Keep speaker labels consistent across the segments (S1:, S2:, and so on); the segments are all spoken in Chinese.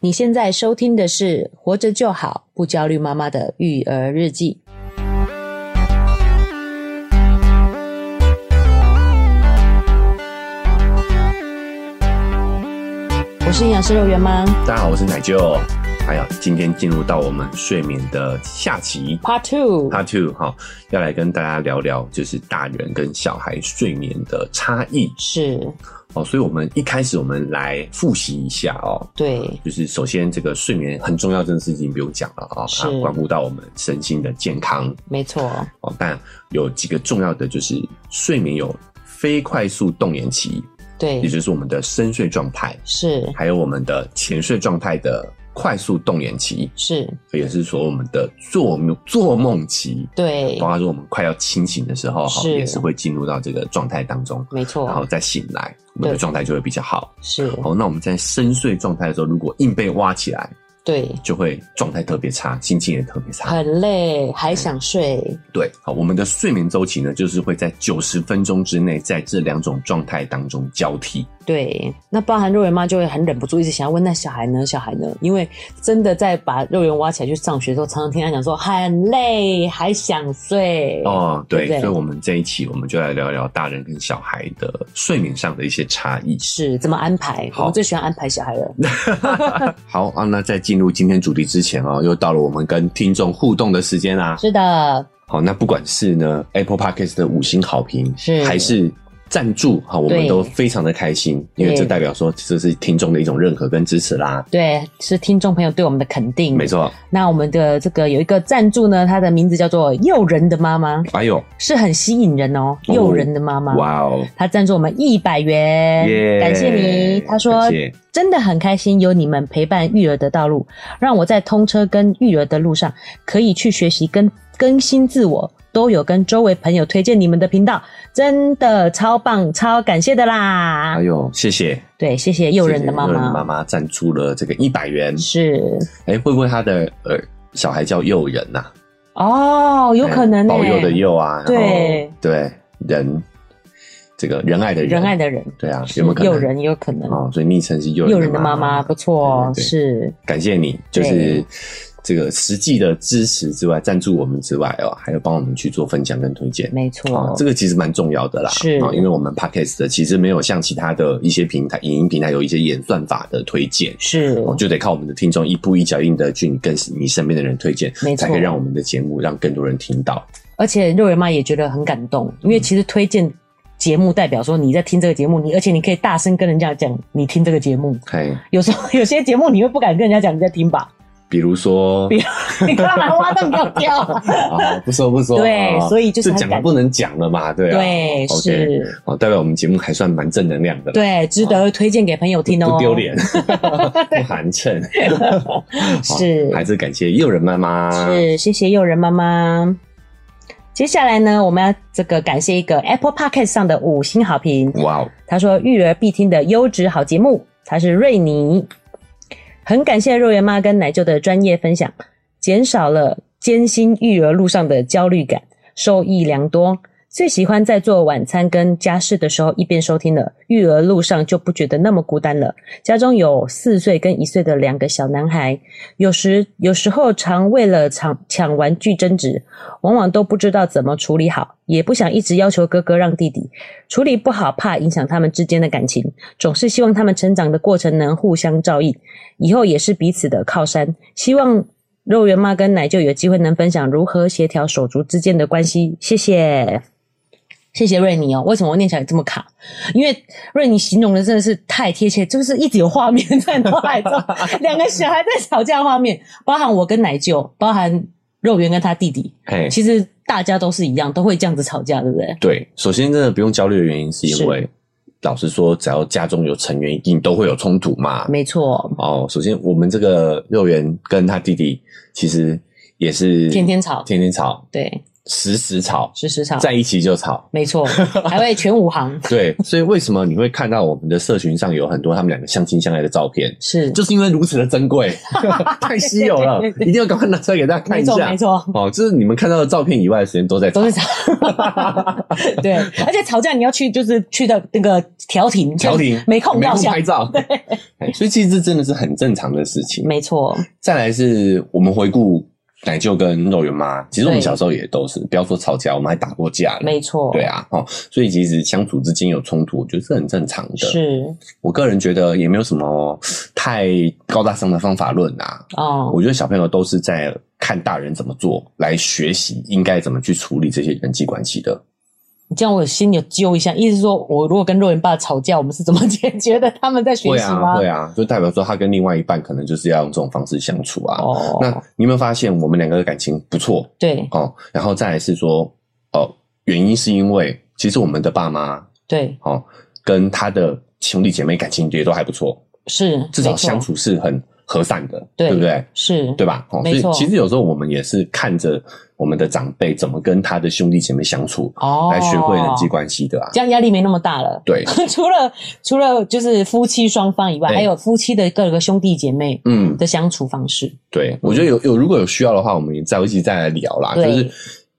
S1: 你现在收听的是《活着就好，不焦虑妈妈的育儿日记》。我是营养师肉圆妈
S2: 大家好，我是奶舅。哎呀，今天进入到我们睡眠的下集
S1: Part Two，
S2: Part Two 哈，要来跟大家聊聊就是大人跟小孩睡眠的差异
S1: 是
S2: 哦。所以我们一开始我们来复习一下哦。
S1: 对，
S2: 就是首先，这个睡眠很重要，这件事情不用讲了啊、哦，
S1: 是
S2: 它关乎到我们身心的健康
S1: 没错，
S2: 哦。但有几个重要的就是睡眠有非快速动眼期，
S1: 对
S2: 也，就是我们的深睡状态，
S1: 是
S2: 还有我们的浅睡状态的快速动眼期，
S1: 是，
S2: 也是说我们的做梦做梦期，
S1: 对
S2: 包，括说我们快要清醒的时候，哈，
S1: 是
S2: 也是会进入到这个状态当中，
S1: 没
S2: 然后
S1: 错，
S2: 再醒来，我们的
S1: 对
S2: 状态就会比较好。
S1: 是
S2: 哦，那我们在深睡状态的时候，如果硬被挖起来，
S1: 对，
S2: 就会状态特别差，心情也特别差。
S1: 很累，还想睡，
S2: 对，好，我们的睡眠周期呢，就是会在九十分钟之内，在这两种状态当中交替。
S1: 对，那包含肉圆妈就会很忍不住一直想要问那小孩呢，小孩呢？因为真的在把肉圆挖起来去上学的时候，常常听他讲说很累，还想睡。
S2: 哦，
S1: 对
S2: 对，
S1: 不对
S2: 所以，我们这一期我们就来聊聊大人跟小孩的睡眠上的一些差异。
S1: 是怎么安排？
S2: 好
S1: 我们最喜欢安排小孩了。
S2: 好啊，那在进入今天主题之前啊、又到了我们跟听众互动的时间啦、啊
S1: 是的，
S2: 好，那不管是呢 Apple Podcast 的五星好评，
S1: 是
S2: 还是赞助，好，我
S1: 对
S2: 们都非常的开心，因为
S1: 对
S2: 这代表说这是听众的一种认可跟支持啦。
S1: 对，是听众朋友对我们的肯定。
S2: 没。错，
S1: 那我们的这个有一个赞助呢，它的名字叫做“诱人的妈妈
S2: 哎呦，”，
S1: 是很吸引人哦，“
S2: 哦
S1: 诱人的妈妈”
S2: 哇哦！
S1: 他赞助我们一百元
S2: 耶
S1: 感谢你。他说
S2: 感谢
S1: 真的很开心有你们陪伴育儿的道路，让我在通车跟育儿的路上可以去学习跟更新自我，都有跟周围朋友推荐你们的频道，真的超棒，超感谢的啦
S2: 哎！呦，谢谢
S1: 对，谢谢啊诱人的妈
S2: 谢谢诱人的妈
S1: 妈，
S2: 妈赞助了这个一百元，
S1: 是
S2: 哎，会不会他的呃小孩叫诱人啊呐、
S1: 哦，有可能呢、
S2: 保佑的佑啊，然后
S1: 对
S2: 对，人这个仁爱的人，
S1: 仁爱的人，
S2: 对啊，有没有可能？
S1: 诱人也有可能，
S2: 哦，所以昵称是诱
S1: 诱
S2: 人
S1: 人的妈妈不错哦，
S2: 对对对
S1: 是
S2: 感谢你，就
S1: 对
S2: 是这个实际的支持之外，赞助我们之外哦，还有帮我们去做分享跟推荐。
S1: 没
S2: 啊、
S1: 错，
S2: 这个其实蛮重要的啦，
S1: 是
S2: 啊、因为我们 podcast 的其实没有像其他的一些平台、影音平台有一些演算法的推荐，
S1: 是
S2: 哦，就得靠我们的听众一步一脚印的去跟你身边的人推荐
S1: 没，错
S2: 才可以让我们的节目让更多人听到。
S1: 而且肉圆妈也觉得很感动，因为其实推荐节目代表说你在听这个节目，你而且你可以大声跟人家讲你听这个节目。
S2: 嘿，
S1: 有时候 有些节目你会不敢跟人家讲你在听吧，
S2: 比如说
S1: 比，你干嘛挖 洞要掉啊？
S2: 啊，不说不说，
S1: 对
S2: 啊
S1: 所以就是
S2: 这
S1: 很
S2: 讲了
S1: 感
S2: 不能讲了嘛，对啊，
S1: 对，
S2: OK
S1: 是，
S2: 哦，代表我们节目还算蛮正能量的啦，
S1: 对，值得推荐给朋友听哦，
S2: 不丢， 脸，不寒碜，
S1: 是
S2: 好还是感谢诱人妈妈，
S1: 是，谢谢诱人妈妈。接下来呢，我们要这个感谢一个 Apple Podcast 上的五星好评，
S2: 哇哦，
S1: 他说育儿必听的优质好节目，他是瑞尼，很感谢肉圆妈跟奶舅的专业分享，减少了艰辛育儿路上的焦虑感，受益良多。最喜欢在做晚餐跟家事的时候一边收听了，育儿路上就不觉得那么孤单了。家中有四岁跟一岁的两个小男孩，有时有时候常为了抢抢玩具争执，往往都不知道怎么处理好，也不想一直要求哥哥让弟弟，处理不好，怕影响他们之间的感情，总是希望他们成长的过程能互相照应，以后也是彼此的靠山。希望肉圆妈跟奶舅有机会能分享如何协调手足之间的关系。谢谢，谢谢瑞尼哦。为什么我念起来这么卡？因为瑞尼形容的真的是太贴切，就是一直有画面在脑海中，两个小孩在吵架的画面，包含我跟奶舅，包含肉圆跟他弟弟，
S2: 嘿，
S1: 其实大家都是一样，都会这样子吵架，对不对？
S2: 对，首先真的不用焦虑的原因是因为，老实说，只要家中有成员，一定都会有冲突嘛。
S1: 没错，
S2: 哦，首先我们这个幼儿园跟他弟弟其实也是
S1: 天天吵
S2: 天天吵，
S1: 对，
S2: 时时吵，
S1: 时时吵，
S2: 在一起就吵。
S1: 没 错，还会全五行，
S2: 对，所以为什么你会看到我们的社群上有很多他们两个相亲相爱的照片？
S1: 是
S2: 就是因为如此的 珍贵，太稀有了，
S1: 对对对
S2: 一定要赶快拿出来给大家看
S1: 没
S2: 一
S1: 错
S2: 下
S1: 没。错，
S2: 哦，就是你们看到的照片以外的时间都在吵
S1: 都是吵， 对，而且吵架你要去就是去到那个调停，
S2: 调停，
S1: 没空
S2: 没
S1: 照
S2: 空
S1: 相
S2: 拍，照。哎所以其实这真的是很正常的事情。
S1: 没错，
S2: 再来是我们回顾奶舅跟肉圆妈，其实我们
S1: 对
S2: 小时候也都是，不要说吵架，我们还打过架呢。
S1: 没错，
S2: 对，啊，哦，所以其实相处之间有冲突，我觉得是很正常的。
S1: 是
S2: 我个人觉得也没有什么太高大上的方法论啊。
S1: 哦，
S2: 我觉得小朋友都是在看大人怎么做，来学习应该怎么去处理这些人际关系的。
S1: 这样我心里有揪一下，意思是说我如果跟肉圆爸吵架，我们是怎么 解决的？他们在学
S2: 会
S1: 习
S2: 啊，
S1: 吗？
S2: 会啊，就代表说他跟另外一半可能就是要用这种方式相处啊。
S1: 哦，
S2: 那你有没有发现我们两个的感情不错
S1: 对
S2: 哦？然后再来是说，哦，原因是因为其实我们的爸妈
S1: 对
S2: 哦跟他的兄弟姐妹感情也都还不错，
S1: 是，
S2: 至少
S1: 没错
S2: 相处是很和善的，
S1: 对
S2: 不对？
S1: 是，
S2: 对吧？哦，所
S1: 没
S2: 以
S1: 错
S2: 其实有时候我们也是看着我们的长辈怎么跟他的兄弟姐妹相处，
S1: 哦，
S2: 来学会人际关系的啊。
S1: 这样压力没那么大了。
S2: 对，
S1: 除了除了就是夫妻双方以外，
S2: 对
S1: 还有夫妻的各个兄弟姐妹
S2: 嗯，
S1: 的相处方式。
S2: 对，我觉得有有如果有需要的话，我们也再一起再来聊啦。就
S1: 对
S2: 是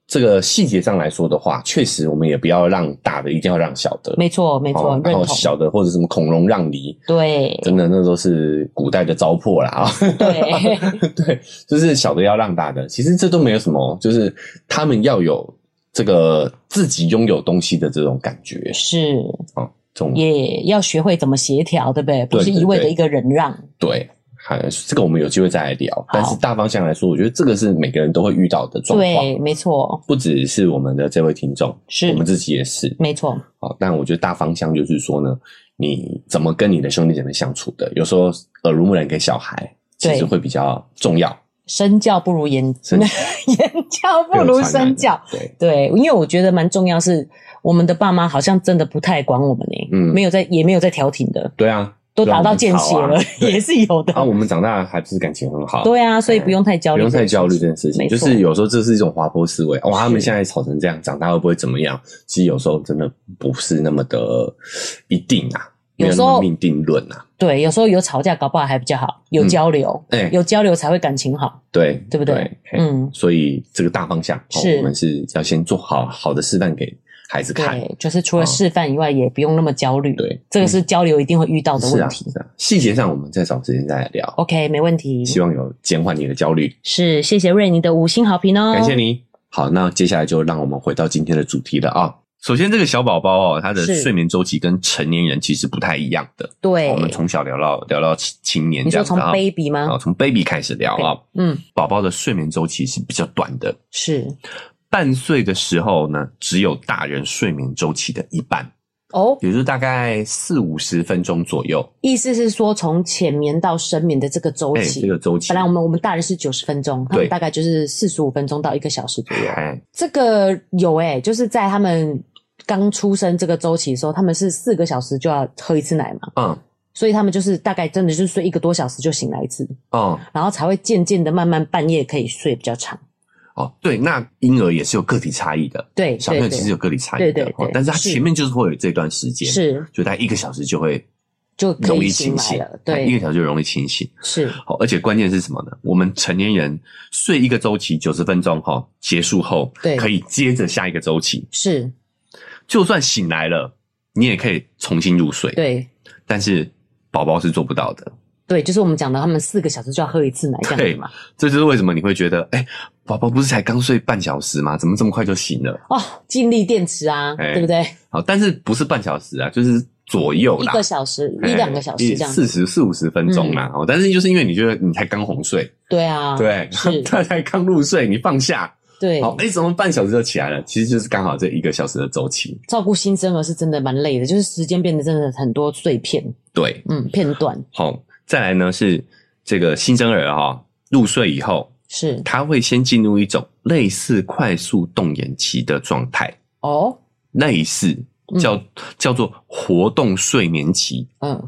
S2: 这个细节上来说的话，确实我们也不要让大的一定要让小的，
S1: 没错，没错，
S2: 哦然
S1: 认
S2: 后
S1: 同。
S2: 小的或者什么孔融让梨，
S1: 对
S2: 真的那都是古代的糟粕啦啊。
S1: 对
S2: 对，就是小的要让大的，其实这都没有什么，就是他们要有这个自己拥有东西的这种感觉
S1: 是，
S2: 啊、哦，这种
S1: 也要学会怎么协调，对不对？不
S2: 对
S1: 是
S2: 对
S1: 一味的
S2: 对
S1: 一个忍让。
S2: 对。还这个我们有机会再来聊，但是大方向来说，我觉得这个是每个人都会遇到的状况，
S1: 对，没错，
S2: 不只是我们的这位听众，
S1: 是
S2: 我们自己也是。
S1: 没错，
S2: 好，但我觉得大方向就是说呢，你怎么跟你的兄弟姐妹相处的，有时候耳濡目染给小孩，其实
S1: 对
S2: 会比较重要。
S1: 身教不如言，
S2: 身
S1: 言教不如身教。，
S2: 对，
S1: 对，因为我觉得蛮重要是。我们的爸妈好像真的不太管我们呢、欸
S2: 嗯
S1: 没有在，也没有在调停的，
S2: 对啊，
S1: 都达到见血
S2: 对
S1: 了，
S2: 啊
S1: 也是有的。
S2: 啊，我们长大还不是感情很好，
S1: 对啊，所以不用太焦
S2: 不
S1: 虑，
S2: 用太焦虑这件事情。
S1: 没
S2: 就
S1: 错
S2: 是有时候这是一种滑坡思维，哇，他们
S1: 是
S2: 现在吵成这样，长大会不会怎么样？其实有时候真的不是那么的一定啊，
S1: 有
S2: 没有
S1: 时
S2: 那
S1: 候
S2: 么命定论啊。
S1: 对，有时候有吵架，搞不好还比较好，有交流，
S2: 哎，
S1: 有交流才会感情好，
S2: 对，
S1: 对不对？
S2: 嘿
S1: 嗯，
S2: 所以这个大方向，哦
S1: 是
S2: 我们是要先做好好的示范给孩子看。
S1: 对，就是除了
S2: 哦
S1: 示范以外，也不用那么焦虑。
S2: 对嗯
S1: 这个是交流一定会遇到的
S2: 是
S1: 问
S2: 啊，
S1: 题。嗯
S2: 是啊，细节上我们再找时间再来聊。
S1: OK，没问题。
S2: 希望有减缓你的焦虑，
S1: 是，谢谢瑞尼的五星好评哦，
S2: 感谢。你。好，那接下来就让我们回到今天的主题了啊。首先，这个小宝宝哦，他的
S1: 是
S2: 睡眠周期跟成年人其实不太一样的。
S1: 对
S2: 我，们从小聊到聊到青青年
S1: 你
S2: 这
S1: 说
S2: 样子
S1: 从
S2: 啊，
S1: baby
S2: 啊，
S1: 吗？
S2: 从 baby 开始聊啊。
S1: 嗯，
S2: 宝宝的睡眠周期是比较短的，
S1: 是
S2: 半岁的时候呢，只有大人睡眠周期的一半，
S1: 哦，
S2: 也就是大概四五十分钟左右。
S1: 意思是说从浅眠到深眠的这个周
S2: 哎、
S1: 期。
S2: 这个周期
S1: 本来我们我们大人是九十分钟，他们
S2: 对
S1: 大概就是四十五分钟到一个小时左右。
S2: 哎，
S1: 这个有诶、就是在他们刚出生这个周期的时候，他们是四个小时就要喝一次奶嘛，
S2: 嗯
S1: 所以他们就是大概真的就是睡一个多小时就醒来一次，
S2: 嗯
S1: 然后才会渐渐的慢慢半夜可以睡比较长。
S2: 哦，对，那婴儿也是有个体差异的，
S1: 对，
S2: 小朋友
S1: 对
S2: 其实有个体差异的，
S1: 对对对
S2: 哦但是他
S1: 是
S2: 前面就是会有这段时
S1: 对
S2: 间，
S1: 是
S2: 就大概一个小时就会
S1: 就可
S2: 容
S1: 以
S2: 易
S1: 醒
S2: 清
S1: 来
S2: 醒
S1: 了，，
S2: 哎一
S1: 对
S2: 个，小时就容易清醒。
S1: 是
S2: 好，而且关键是什么呢？我们成年人睡一个周期九十分钟哈、结束后，
S1: 对
S2: 可以接着下一个周期，
S1: 是，
S2: 就算醒来了，你也可以重新入睡。，
S1: 对
S2: 但是宝宝是做不到的。
S1: 对，就是我们讲的，他们四个小时就要喝一次奶这样
S2: 对
S1: 子嘛。
S2: 这就是为什么你会觉得，哎、宝宝不是才刚睡半小时吗？怎么这么快就醒了？
S1: 哦，尽力电池啊，
S2: 哎
S1: 对不对？
S2: 好，但是不是半小时啊，就是左右
S1: 一
S2: 啦
S1: 个。小时
S2: 哎
S1: 一两个小时这样子，
S2: 四十四五十分钟啦。哦、但是就是因为你觉得你才刚哄睡，
S1: 对啊，
S2: 对，
S1: 是
S2: 他才刚入睡，你放下，
S1: 对，
S2: 好，哎、怎么半小时就起来了？其实就是刚好这一个小时的周期。
S1: 照顾新生儿是真的蛮累的，就是时间变得真的很多碎片，
S2: 对，
S1: 嗯，片段
S2: 好，再来呢是这个新生儿哈、入睡以后，
S1: 是
S2: 他会先进入一种类似快速动眼期的状态，
S1: 哦，
S2: 类似
S1: 嗯
S2: 叫叫做活动睡眠期。
S1: 嗯，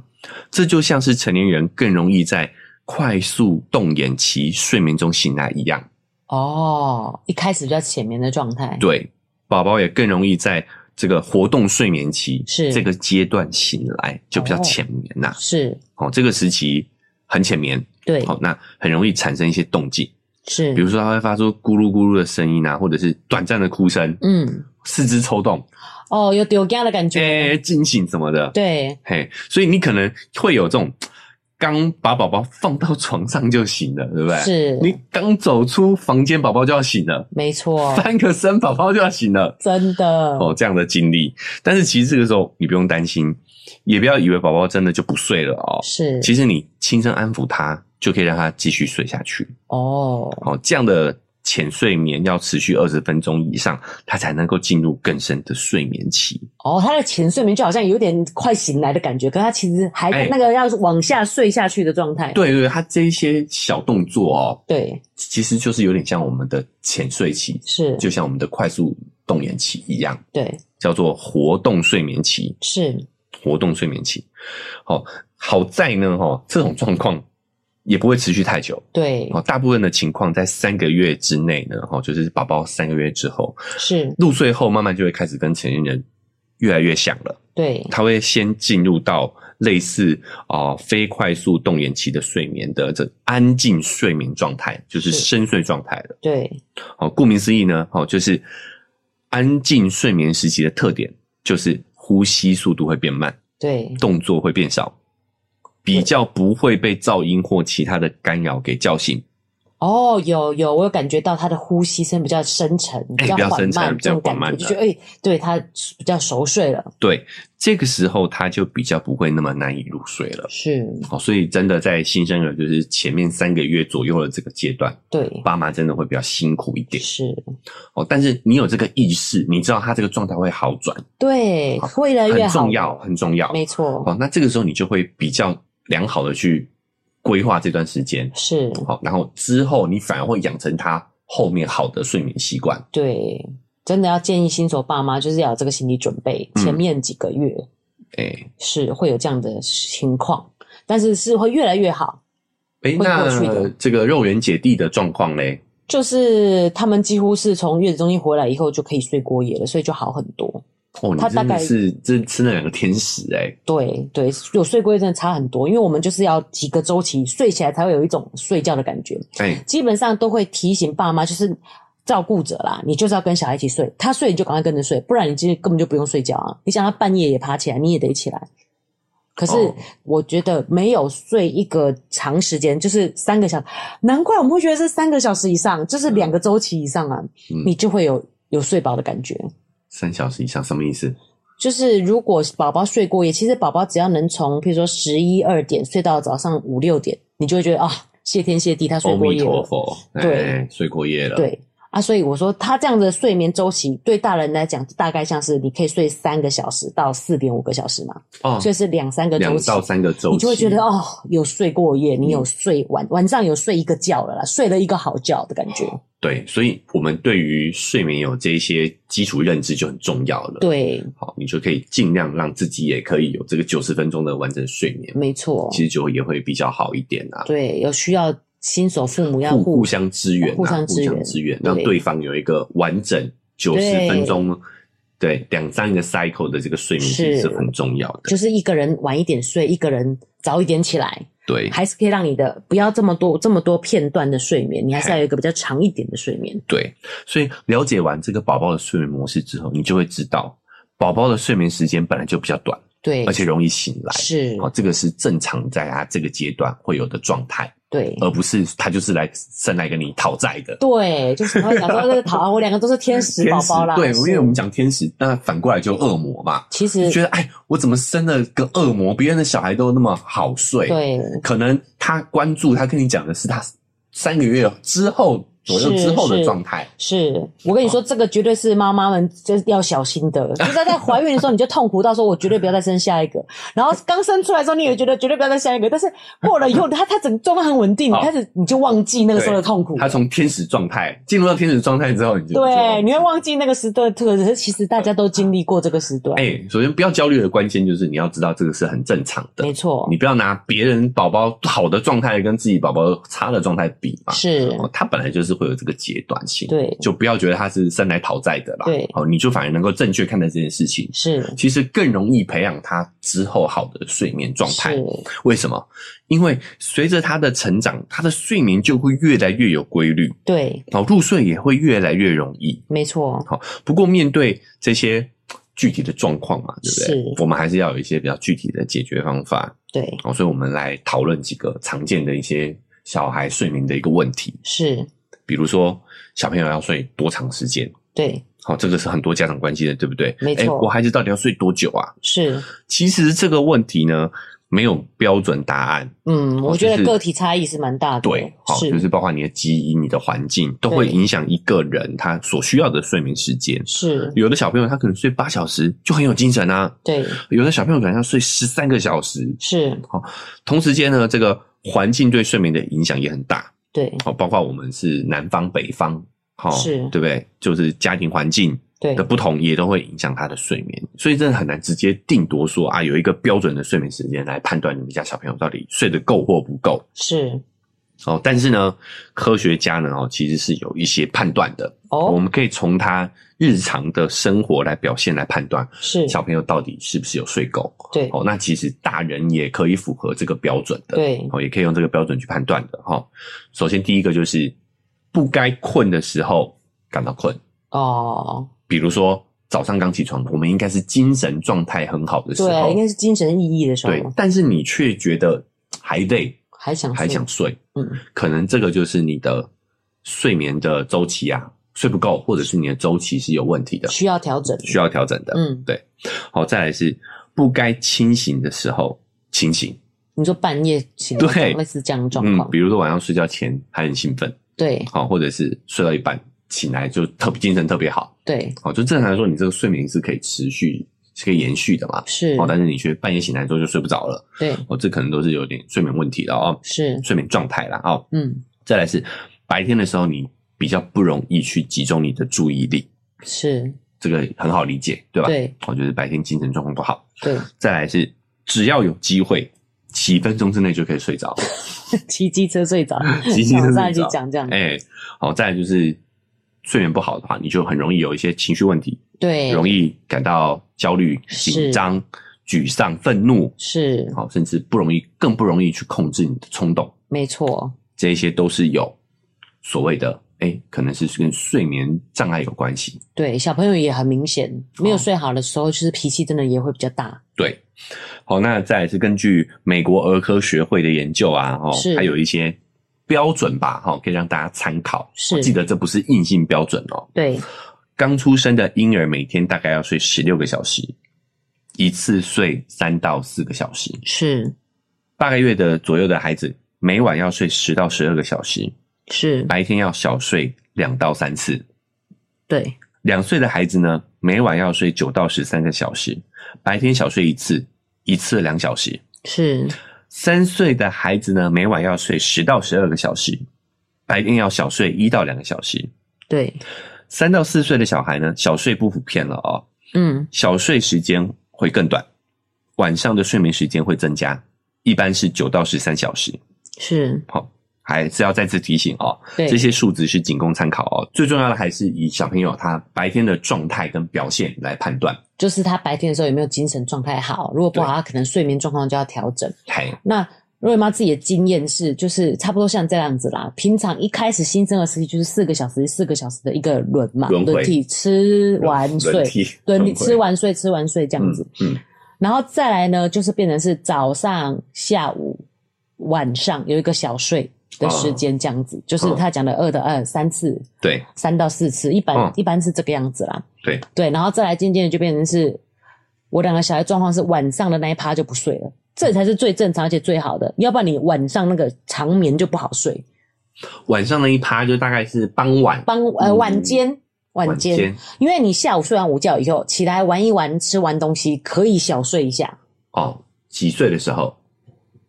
S2: 这就像是成年人更容易在快速动眼期睡眠中醒来一样。
S1: 哦，一开始比较浅眠的状态，
S2: 对，宝宝也更容易在这个活动睡眠期
S1: 是
S2: 这个阶段醒来，就比较
S1: 哦
S2: 浅眠呐、
S1: 是，
S2: 哦这个时期很浅眠，
S1: 对，
S2: 好、那很容易产生一些动静，
S1: 是，
S2: 比如说它会发出咕噜咕噜的声音啊，或者是短暂的哭声，
S1: 嗯，
S2: 四肢抽动，
S1: 哦，有丢家的感觉，
S2: 哎、惊醒什么的，
S1: 对，
S2: 嘿，所以你可能会有这种刚把宝宝放到床上就醒了，对不对？
S1: 是，
S2: 你刚走出房间，宝宝就要醒了，
S1: 没 错，
S2: 翻个身，宝宝就要醒了。
S1: 哦真的，
S2: 哦，这样的经历，但是其实这个时候你不用担心，也不要以为宝宝真的就不睡了哦。
S1: 是，
S2: 其实你轻声安抚他，就可以让他继续睡下去。
S1: 哦，
S2: 哦，这样的浅睡眠要持续二十分钟以上，他才能够进入更深的睡眠期。
S1: 哦，他的浅睡眠就好像有点快醒来的感觉，可他其实还
S2: 哎
S1: 那个要往下睡下去的状态，
S2: 对对，他这一些小动作哦，
S1: 对，
S2: 其实就是有点像我们的浅睡期，
S1: 是，
S2: 就像我们的快速动眼期一样，
S1: 对，
S2: 叫做活动睡眠期。
S1: 是，
S2: 活动睡眠期。好、好在呢，哈、这种状况也不会持续太久。
S1: 对，
S2: 哦，大部分的情况在三个月之内呢，哈、就是宝宝三个月之后
S1: 是，
S2: 入睡后，慢慢就会开始跟成年人越来越像了。
S1: 对，
S2: 他会先进入到类似啊、非快速动眼期的睡眠的这安静睡眠状态，就是
S1: 是
S2: 深睡状态了。
S1: 对，
S2: 哦，顾名思义呢，哦，就是安静睡眠时期的特点就是呼吸速度会变慢。
S1: 对，
S2: 动作会变少，比较不会被噪音或其他的干扰给叫醒，
S1: 哦，有有，我有感觉到他的呼吸声比较深沉，
S2: 哎
S1: 比较
S2: 比较
S1: 缓
S2: 深沉
S1: 慢，
S2: 比
S1: 这
S2: 较
S1: 种感
S2: 缓慢
S1: 觉，
S2: 的
S1: 就觉得哎，对他比较熟睡了，
S2: 对，这个时候他就比较不会那么难以入睡了。
S1: 是，
S2: 哦，所以真的在新生儿就是前面三个月左右的这个阶段，
S1: 对，
S2: 爸妈真的会比较辛苦一点
S1: 是，
S2: 哦。但是你有这个意识，你知道他这个状态会好转，
S1: 对，会越来越
S2: 很
S1: 好
S2: 重，要，很重要。
S1: 没错，
S2: 哦，那这个时候你就会比较良好的去规划这段时间，
S1: 是，
S2: 好、然后之后你反而会养成他后面好的睡眠习惯。
S1: 对，真的要建议新手爸妈就是要有这个心理准备，
S2: 嗯
S1: 前面几个月
S2: 哎、
S1: 是会有这样的情况，但是是会越来越好。
S2: 诶，
S1: 会过去
S2: 那
S1: 的
S2: 这个肉圆姐弟的状况嘞？
S1: 就是他们几乎是从月子中心回来以后就可以睡过夜了，所以就好很多。
S2: 哦，你
S1: 他大
S2: 真
S1: 概
S2: 的是真吃了两个天使哎诶，
S1: 对对，有睡过夜真的差很多，因为我们就是要几个周期睡起来才会有一种睡觉的感觉。
S2: 诶，
S1: 基本上都会提醒爸妈，就是照顾者啦，你就是要跟小孩一起睡，他睡你就赶快跟着睡，不然你今天根本就不用睡觉啊。你想他半夜也爬起来，你也得起来。可是
S2: 哦
S1: 我觉得没有睡一个长时间，就是三个小时，难怪我们会觉得是三个小时以上，就是两个周期以上啊，
S2: 嗯
S1: 你就会有有睡饱的感觉。
S2: 三小时以上什么意思？
S1: 就是如果宝宝睡过夜，其实宝宝只要能从譬如说十一二点睡到早上五六点，你就会觉得啊，谢天谢地，他睡
S2: 阿
S1: 过
S2: 弥
S1: 夜了
S2: 陀。佛，诶
S1: 对，
S2: 睡过夜了，，
S1: 对啊，所以我说他这样的睡眠周期对大人来讲，大概像是你可以睡三个小时到四点五个小时嘛，
S2: 哦
S1: 所，以是两三个周
S2: 两
S1: 期。
S2: 到三个周期，嗯
S1: 你就会觉得哦，有睡过夜，你有睡晚、晚上有睡一个觉了啦，睡了一个好觉的感觉。
S2: 对，所以我们对于睡眠有这一些基础认知就很重要了。，
S1: 对，
S2: 好，你就可以尽量让自己也可以有这个九十分钟的完整睡眠，
S1: 没错，
S2: 其实就也会比较好一点啊。
S1: 嗯对，有需要新手父母要
S2: 互
S1: 互
S2: 互相支援、啊，
S1: 互相支援
S2: 让
S1: 对
S2: 对方有一个完整九十
S1: 对
S2: 分钟，对两三个 cycle 的这个睡眠
S1: 是
S2: 其实是很重要的。
S1: 就是一个人晚一点睡，一个人早一点起来，
S2: 对
S1: 还是可以让你的不要这么多这么多片段的睡眠，你还是要有一个比较长一点的睡眠。
S2: 对，所以了解完这个宝宝的睡眠模式之后，你就会知道宝宝的睡眠时间本来就比较短，
S1: 对，
S2: 而且容易醒来。
S1: 是，
S2: 哦，这个是正常在他这个阶段会有的状态，
S1: 对，
S2: 而不是他就是来生来跟你讨债的。
S1: 对，就是会想说 这个桃啊，我两个都是天使
S2: 天
S1: 宝
S2: 使
S1: 宝啦。
S2: 对，因为我们
S1: 是
S2: 讲天使，那反过来就恶魔嘛。
S1: 其
S2: 就觉
S1: 实
S2: 得哎，我怎么生了个恶魔？别人的小孩都那么好睡，，
S1: 对
S2: 可能他关注他跟你讲的是他三个月之后左右
S1: 是
S2: 之后的
S1: 是
S2: 状态，
S1: 是，我跟你
S2: 哦
S1: 说，这个绝对是妈妈们就是要小心的。就是在怀孕的时候，你就痛苦到说，我绝对不要再生下一个。然后刚生出来的时候，你也觉得绝对不要再生下一个。但是过了以后，他他整个状态很稳定，
S2: 好
S1: 开始你就忘记那个时候的痛苦。
S2: 他从天使状态进入到天使状态之后，你就
S1: 对，
S2: 就
S1: 你会忘记那个时段。可是其实大家都经历过这个时段，
S2: 哎、首先不要焦虑的关键就是你要知道这个是很正常的
S1: 没，错
S2: 你，不要拿别人宝宝好的状态跟自己宝宝差的状态比嘛。
S1: 是
S2: 哦，他本来就是是会有这个阶段性，
S1: 对
S2: 就不要觉得它是生来讨债的啦，
S1: 对
S2: 哦，你就反而能够正确看待这件事情，
S1: 是
S2: 其实更容易培养他之后好的睡眠状态。
S1: 是
S2: 为什么？因为随着他的成长，他的睡眠就会越来越有规律，
S1: 对，
S2: 好入睡也会越来越容易。
S1: 没错，
S2: 不过面对这些嘖具体的状况嘛，对不对
S1: 是？
S2: 我们还是要有一些比较具体的解决方法。
S1: 对，
S2: 哦，所以我们来讨论几个常见的一些小孩睡眠的一个问题，
S1: 是，
S2: 比如说小朋友要睡多长时间？
S1: 对，
S2: 好、这个是很多家长关心的，对不对？
S1: 没错
S2: 诶我孩子到底要睡多久啊？
S1: 是，
S2: 其实这个问题呢，没有标准答案。
S1: 嗯，
S2: 哦
S1: 我
S2: 就
S1: 觉得
S2: 是
S1: 个体差异是蛮大的，
S2: 对，好、
S1: 是
S2: 就是包括你的基因、你的环境，都会
S1: 对
S2: 影响一个人他所需要的睡眠时间。
S1: 是，
S2: 有的小朋友他可能睡八小时就很有精神啊，
S1: 对，
S2: 有的小朋友可能要睡十三个小时。
S1: 是，
S2: 同时间呢，这个环境对睡眠的影响也很大。
S1: 对，
S2: 好、包括我们是南方、北方，好、
S1: 是
S2: 对不对？就是家庭环境
S1: 对
S2: 的，不同也都会影响他的睡眠，所以真的很难直接定夺说啊，有一个标准的睡眠时间来判断你们家小朋友到底睡得够或不够
S1: 是，
S2: 哦。但是呢，科学家呢哦其实是有一些判断的，我
S1: 哦，
S2: 们可以从他日常的生活来表现来判断
S1: 是，
S2: 小朋友到底是不是有睡够
S1: 对，
S2: 哦。那其实大人也可以符合这个标准的，
S1: 对
S2: 哦，也可以用这个标准去判断的哈、哦。首先第一个就是不该困的时候感到困。
S1: 哦，
S2: 比如说早上刚起床，我们应该是精神状态很好的时
S1: 对，啊
S2: 候
S1: 应，该是精神奕奕的时候，
S2: 对，但是你却觉得还累，
S1: 还想
S2: 还
S1: 睡
S2: 想，睡，
S1: 嗯，
S2: 可能这个就是你的睡眠的周期啊，睡不够，或者是你的周期是有问题的，
S1: 需要调整，
S2: 需要调整的。
S1: 嗯，
S2: 好，再来是不该清醒的时候清醒，
S1: 你说半夜醒来
S2: 对
S1: 类似这样的状
S2: 嗯
S1: 况，，
S2: 比如说晚上睡觉前还很兴奋，
S1: 对
S2: 好，或者是睡到一半醒来就特别精神特别好，
S1: 对
S2: 好，就正常来说，你这个睡眠是可以持续是可以延续的嘛，
S1: 是
S2: 哦，，但是你却半夜醒来之后就睡不着了，
S1: 对
S2: 哦，这可能都是有点睡眠问题了哦，
S1: 是，
S2: 睡眠状态了哦。
S1: 嗯
S2: 再来是白天的时候，你比较不容易去集中你的注意力，
S1: 是，
S2: 这个很好理解，对吧？，
S1: 对
S2: 哦，就是白天精神状况不好。
S1: 对，
S2: 再来是只要有机会，几分钟之内就可以睡着，
S1: 骑机车睡着，
S2: 骑机车
S1: 早
S2: 睡着
S1: 上去讲这样，
S2: 哎，好、再来就是睡眠不好的话，你就很容易有一些情绪问题，
S1: 对，
S2: 容易感到焦虑、
S1: 是
S2: 紧张、沮丧、愤怒，
S1: 是
S2: 好、甚至不容易，更不容易去控制你的冲动。
S1: 没错，
S2: 这一些都是有所谓的，哎、可能是跟睡眠障碍有关系。
S1: 对，小朋友也很明显，没有
S2: 哦
S1: 睡好的时候，就是脾气真的也会比较大，
S2: 对，好，那再来是根据美国儿科学会的研究啊，哦
S1: 是，
S2: 还有一些标准吧，哈、哦，可以让大家参考。
S1: 是
S2: 哦记得这不是硬性标准哦。
S1: 对，
S2: 刚出生的婴儿每天大概要睡十六个小时，一次睡三到四个小时。
S1: 是
S2: 八个月的左右的孩子，每晚要睡十到十二个小时，
S1: 是，
S2: 白天要小睡两到三次。
S1: 对，
S2: 两岁的孩子呢，每晚要睡九到十三个小时，白天小睡一次，一次两小时。
S1: 是
S2: 三岁的孩子呢，每晚要睡十到十二个小时，白天要小睡一到两个小时。
S1: 对，
S2: 三到四岁的小孩呢，小睡不普遍了哦，
S1: 嗯，
S2: 小睡时间会更短，晚上的睡眠时间会增加，一般是九到十三小时。
S1: 是
S2: 好、还是要再次提醒哦，
S1: 对，
S2: 这些数值是仅供参考哦。最重要的还是以小朋友他白天的状态跟表现来判断。
S1: 就是他白天的时候有没有精神状态好，如果不好，
S2: 对
S1: 他可能睡眠状况就要调整。
S2: 嘿，
S1: 那瑞妈自己的经验是，就是差不多像这样子啦。平常一开始新生儿时期就是四个小时、四个小时的一个轮嘛，
S2: 轮回
S1: 替吃完
S2: 轮
S1: 睡，
S2: 替，
S1: 轮
S2: 回
S1: 替吃完睡、吃完睡这样子。
S2: 嗯，嗯
S1: 然后再来呢，就是变成是早上、下午、晚上有一个小睡的
S2: 啊
S1: 时间这样子，就是他讲的二的二三次，
S2: 对，
S1: 三到四次，一般、
S2: 嗯
S1: 一般是这个样子啦。
S2: 对
S1: 对，然后再来渐渐的就变成是，我两个小孩状况是晚上的那一趴就不睡了，这才是最正常而且最好的，要不然你晚上那个长眠就不好睡，
S2: 晚上那一趴就大概是傍晚，
S1: 帮呃
S2: 嗯
S1: 晚间。晚间，因为你下午睡完午觉以后起来玩一玩，吃完东西可以小睡一下，
S2: 哦，几岁的时候？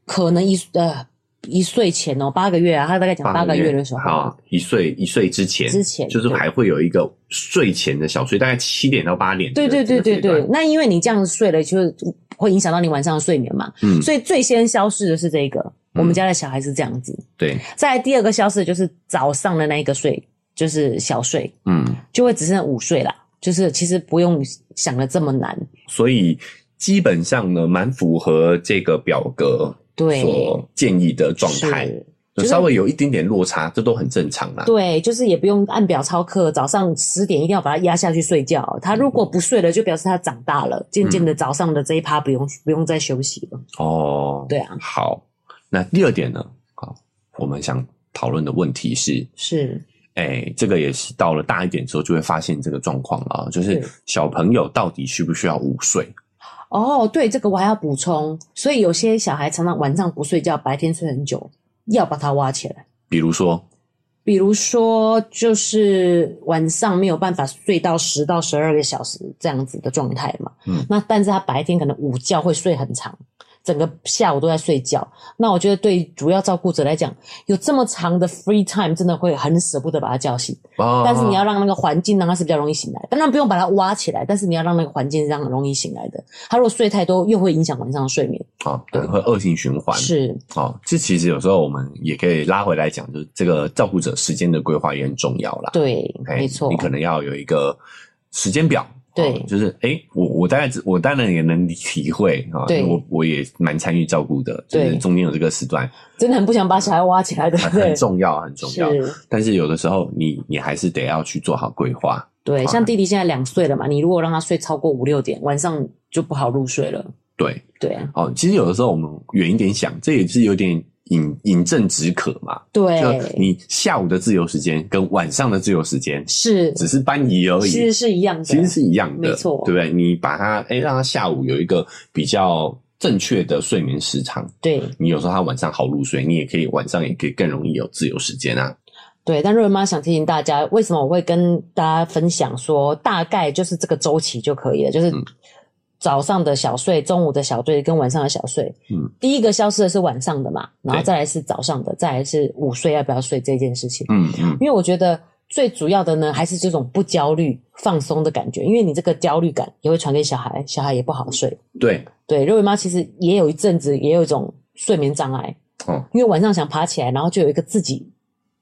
S1: 可能一呃一岁前哦，八个月啊，他大概讲八个月的时候，
S2: 啊，一岁一岁之前，
S1: 之前
S2: 就是
S1: 对
S2: 还会有一个睡前的小睡，大概七点到八点。
S1: 对对对对对，，那因为你这样睡了，就是会影响到你晚上的睡眠嘛，
S2: 嗯，
S1: 所以最先消失的是这个，我们家的小孩是这样子。
S2: 对，
S1: 再来第二个消失的就是早上的那一个睡，就是小睡，
S2: 嗯，
S1: 就会只剩午睡啦。就是其实不用想的这么难，
S2: 所以基本上呢，蛮符合这个表格
S1: 对
S2: 所建议的状态，
S1: 是
S2: 就稍微有一点点落差，这都很正常啦。
S1: 对，就是也不用按表操课，早上十点一定要把他压下去睡觉。他如果不睡了，就表示他长大了，渐渐
S2: 嗯
S1: 的早上的这一趴不用不用再休息了。
S2: 哦，
S1: 对啊，
S2: 好，那第二点呢？好，我们想讨论的问题是，
S1: 是
S2: 哎、这个也是到了大一点之后就会发现这个状况了啊，就是
S1: 对
S2: 小朋友到底需不需要午睡？
S1: 哦，对，这个我还要补充，所以有些小孩常常晚上不睡觉，白天睡很久，要把他挖起来。
S2: 比如说，
S1: 比如说，就是晚上没有办法睡到十到十二个小时这样子的状态嘛。
S2: 嗯
S1: 那但是他白天可能午觉会睡很长，整个下午都在睡觉。那我觉得对主要照顾者来讲，有这么长的 free time，真的会很舍不得把他叫醒。
S2: 哦
S1: 但是你要让那个环境让他是比较容易醒来，当然不用把他挖起来，但是你要让那个环境让他容易醒来的。他如果睡太多，又会影响晚上的睡眠。
S2: 啊，对，会恶性循环。
S1: 是，
S2: 哦，这其实有时候我们也可以拉回来讲，就是这个照顾者时间的规划也很重要啦。
S1: 对，
S2: 哎
S1: 没错
S2: 你，可能要有一个时间表。
S1: 对
S2: 哦就是哎、我我大概知我当然也能体会啊，
S1: 对
S2: 因为我我也蛮参与照顾的，就是
S1: 对
S2: 中间有这个时段
S1: 真的很不想把小孩挖起来的，
S2: 很
S1: 对
S2: 很，重要很重要，
S1: 是。
S2: 但是有的时候你你还是得要去做好规划，
S1: 对，
S2: 好
S1: 像弟弟现在两岁了嘛，你如果让他睡超过五六点，晚上就不好入睡了。
S2: 对，
S1: 对啊，
S2: 哦，其实有的时候我们远一点想，这也是有点饮饮鸩止渴嘛，就
S1: 对，
S2: 你下午的自由时间跟晚上的自由时间
S1: 是，
S2: 只是搬移而已，
S1: 其实是一样的，
S2: 其实是一样的，
S1: 没错
S2: 对不对？你把它哎、让它下午有一个比较正确的睡眠时长，
S1: 对
S2: 你有时候它晚上好入睡，你也可以晚上也可以更容易有自由时间啊。
S1: 对。但瑞文妈想提醒大家，为什么我会跟大家分享说，大概就是这个周期就可以了，就是
S2: 嗯
S1: 早上的小睡、中午的小睡跟晚上的小睡。
S2: 嗯，
S1: 第一个消失的是晚上的嘛，然后
S2: 对
S1: 再来是早上的，再来是午睡要不要睡这件事情。
S2: 嗯嗯，
S1: 因为我觉得最主要的呢，还是这种不焦虑、放松的感觉，因为你这个焦虑感也会传给小孩，小孩也不好睡。
S2: 对，
S1: 对，肉圆妈其实也有一阵子也有一种睡眠障碍，
S2: 哦，
S1: 因为晚上想爬起来，然后就有一个自己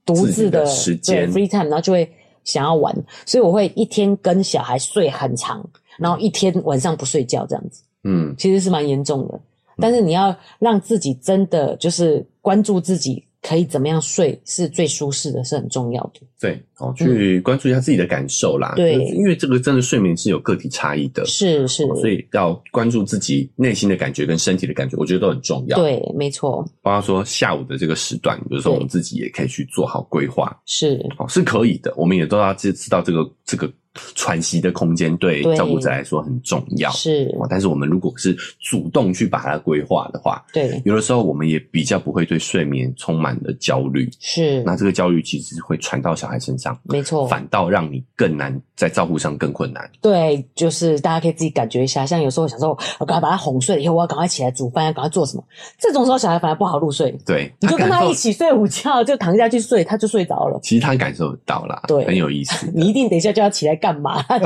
S1: 独自的
S2: 自己的时间
S1: 对 free time，然后就会想要玩，所以我会一天跟小孩睡很长，然后一天晚上不睡觉这样子。
S2: 嗯
S1: 其实是蛮严重的。但是你要让自己真的就是关注自己可以怎么样睡是最舒适的，是很重要的。
S2: 对，哦，去关注一下自己的感受啦。
S1: 嗯对
S2: 就是因为这个真的睡眠是有个体差异的，
S1: 是是，
S2: 哦所以要关注自己内心的感觉跟身体的感觉，我觉得都很重要。，
S1: 对，没错，
S2: 包括说下午的这个时段，有时候我们自己也可以去做好规划。
S1: 是
S2: 哦，是可以的，我们也都要知知道这个这个喘息的空间对
S1: 对
S2: 照顾者来说很重要。
S1: 是，
S2: 哦，但是我们如果是主动去把它规划的话，
S1: 对，
S2: 有的时候我们也比较不会对睡眠充满了焦虑。
S1: 是，
S2: 那这个焦虑其实会传到小孩身上，
S1: 没错，
S2: 反倒让你更难在照顾上更困难。
S1: 对，就是大家可以自己感觉一下。像有时候想说，我赶快把他哄睡了以后，我要赶快起来煮饭，要赶快做什么。这种时候小孩反而不好入睡，
S2: 对，
S1: 你就跟
S2: 感
S1: 他
S2: 受
S1: 一。起睡午觉，就躺下去睡，他就睡着了。
S2: 其实他感受得到啦，
S1: 对，
S2: 很有意 思
S1: 你一定等一下就要起来干 嘛？他就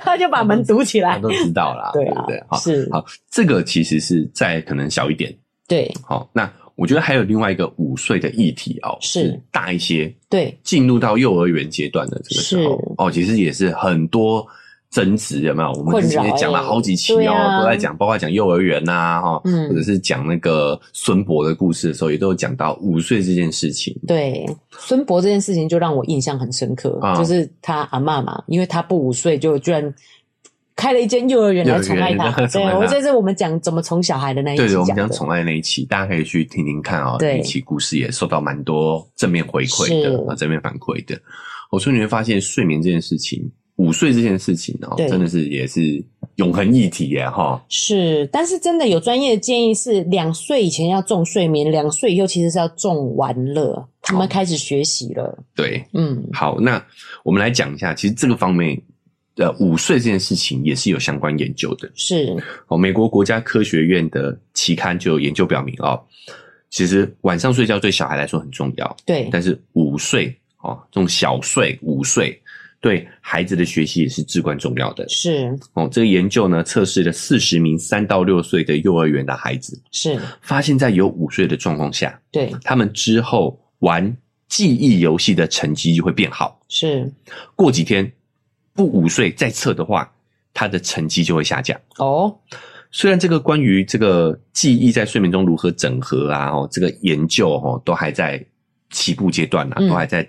S1: 他就把门堵起
S2: 他
S1: 来。
S2: 都知道啦，
S1: 对
S2: 不
S1: 啊
S2: 对？，好，
S1: 是，
S2: 好，这个其实是在可能小一点，
S1: 对
S2: 好，那我觉得还有另外一个午睡的议题哦，
S1: 是
S2: 大一些，
S1: 对，
S2: 进入到幼儿园阶段的这个时候
S1: 是
S2: 哦，其实也是很多争执，有没有？我们
S1: 困
S2: 之前也
S1: 扰
S2: 讲了
S1: 欸
S2: 好几期
S1: 对
S2: 哦，
S1: 啊
S2: 都在讲，包括讲幼儿园呐、哈、
S1: 嗯
S2: 或者是讲那个孙博的故事的时候，也都有讲到午睡这件事情。
S1: 对，孙博这件事情就让我印象很深刻，
S2: 啊
S1: 就是他阿嬷嘛，因为他不午睡，就居然开了一间幼儿园来宠爱
S2: 幼儿
S1: 他。
S2: 园宠
S1: 对
S2: 爱，他
S1: 我这是我们讲怎么宠小孩的那一
S2: 对
S1: 集
S2: 对，我
S1: 讲
S2: 们讲
S1: 哎的，
S2: 宠爱那一期，大家可以去听听看哦。
S1: 对
S2: 那一期故事也受到蛮多正面回馈的
S1: 是
S2: 啊，正面反馈的。我说你会发现，睡眠这件事情，午睡这件事情哦，
S1: 对
S2: 真的是也是永恒议题耶哈。
S1: 是，但是真的有专业的建议是，两岁以前要重睡眠，两岁以后其实是要重玩乐，他们开始学习了。
S2: 对，
S1: 嗯，
S2: 好，那我们来讲一下，其实这个方面，呃，午睡这件事情也是有相关研究的。
S1: 是，
S2: 哦，美国国家科学院的期刊就有研究表明哦，其实晚上睡觉对小孩来说很重要，
S1: 对，
S2: 但是午睡哦，这种小睡、午睡对孩子的学习也是至关重要的。
S1: 是
S2: 哦，这个研究呢，测试了四十名三到六岁的幼儿园的孩子，
S1: 是，
S2: 发现在有午睡的状况下，
S1: 对，
S2: 他们之后玩记忆游戏的成绩就会变好。
S1: 是
S2: 过几天不午睡再测的话，他的成绩就会下降。
S1: 哦，
S2: 虽然这个关于这个记忆在睡眠中如何整合啊，哦，这个研究哦都还在起步阶段啊，
S1: 嗯
S2: 都还在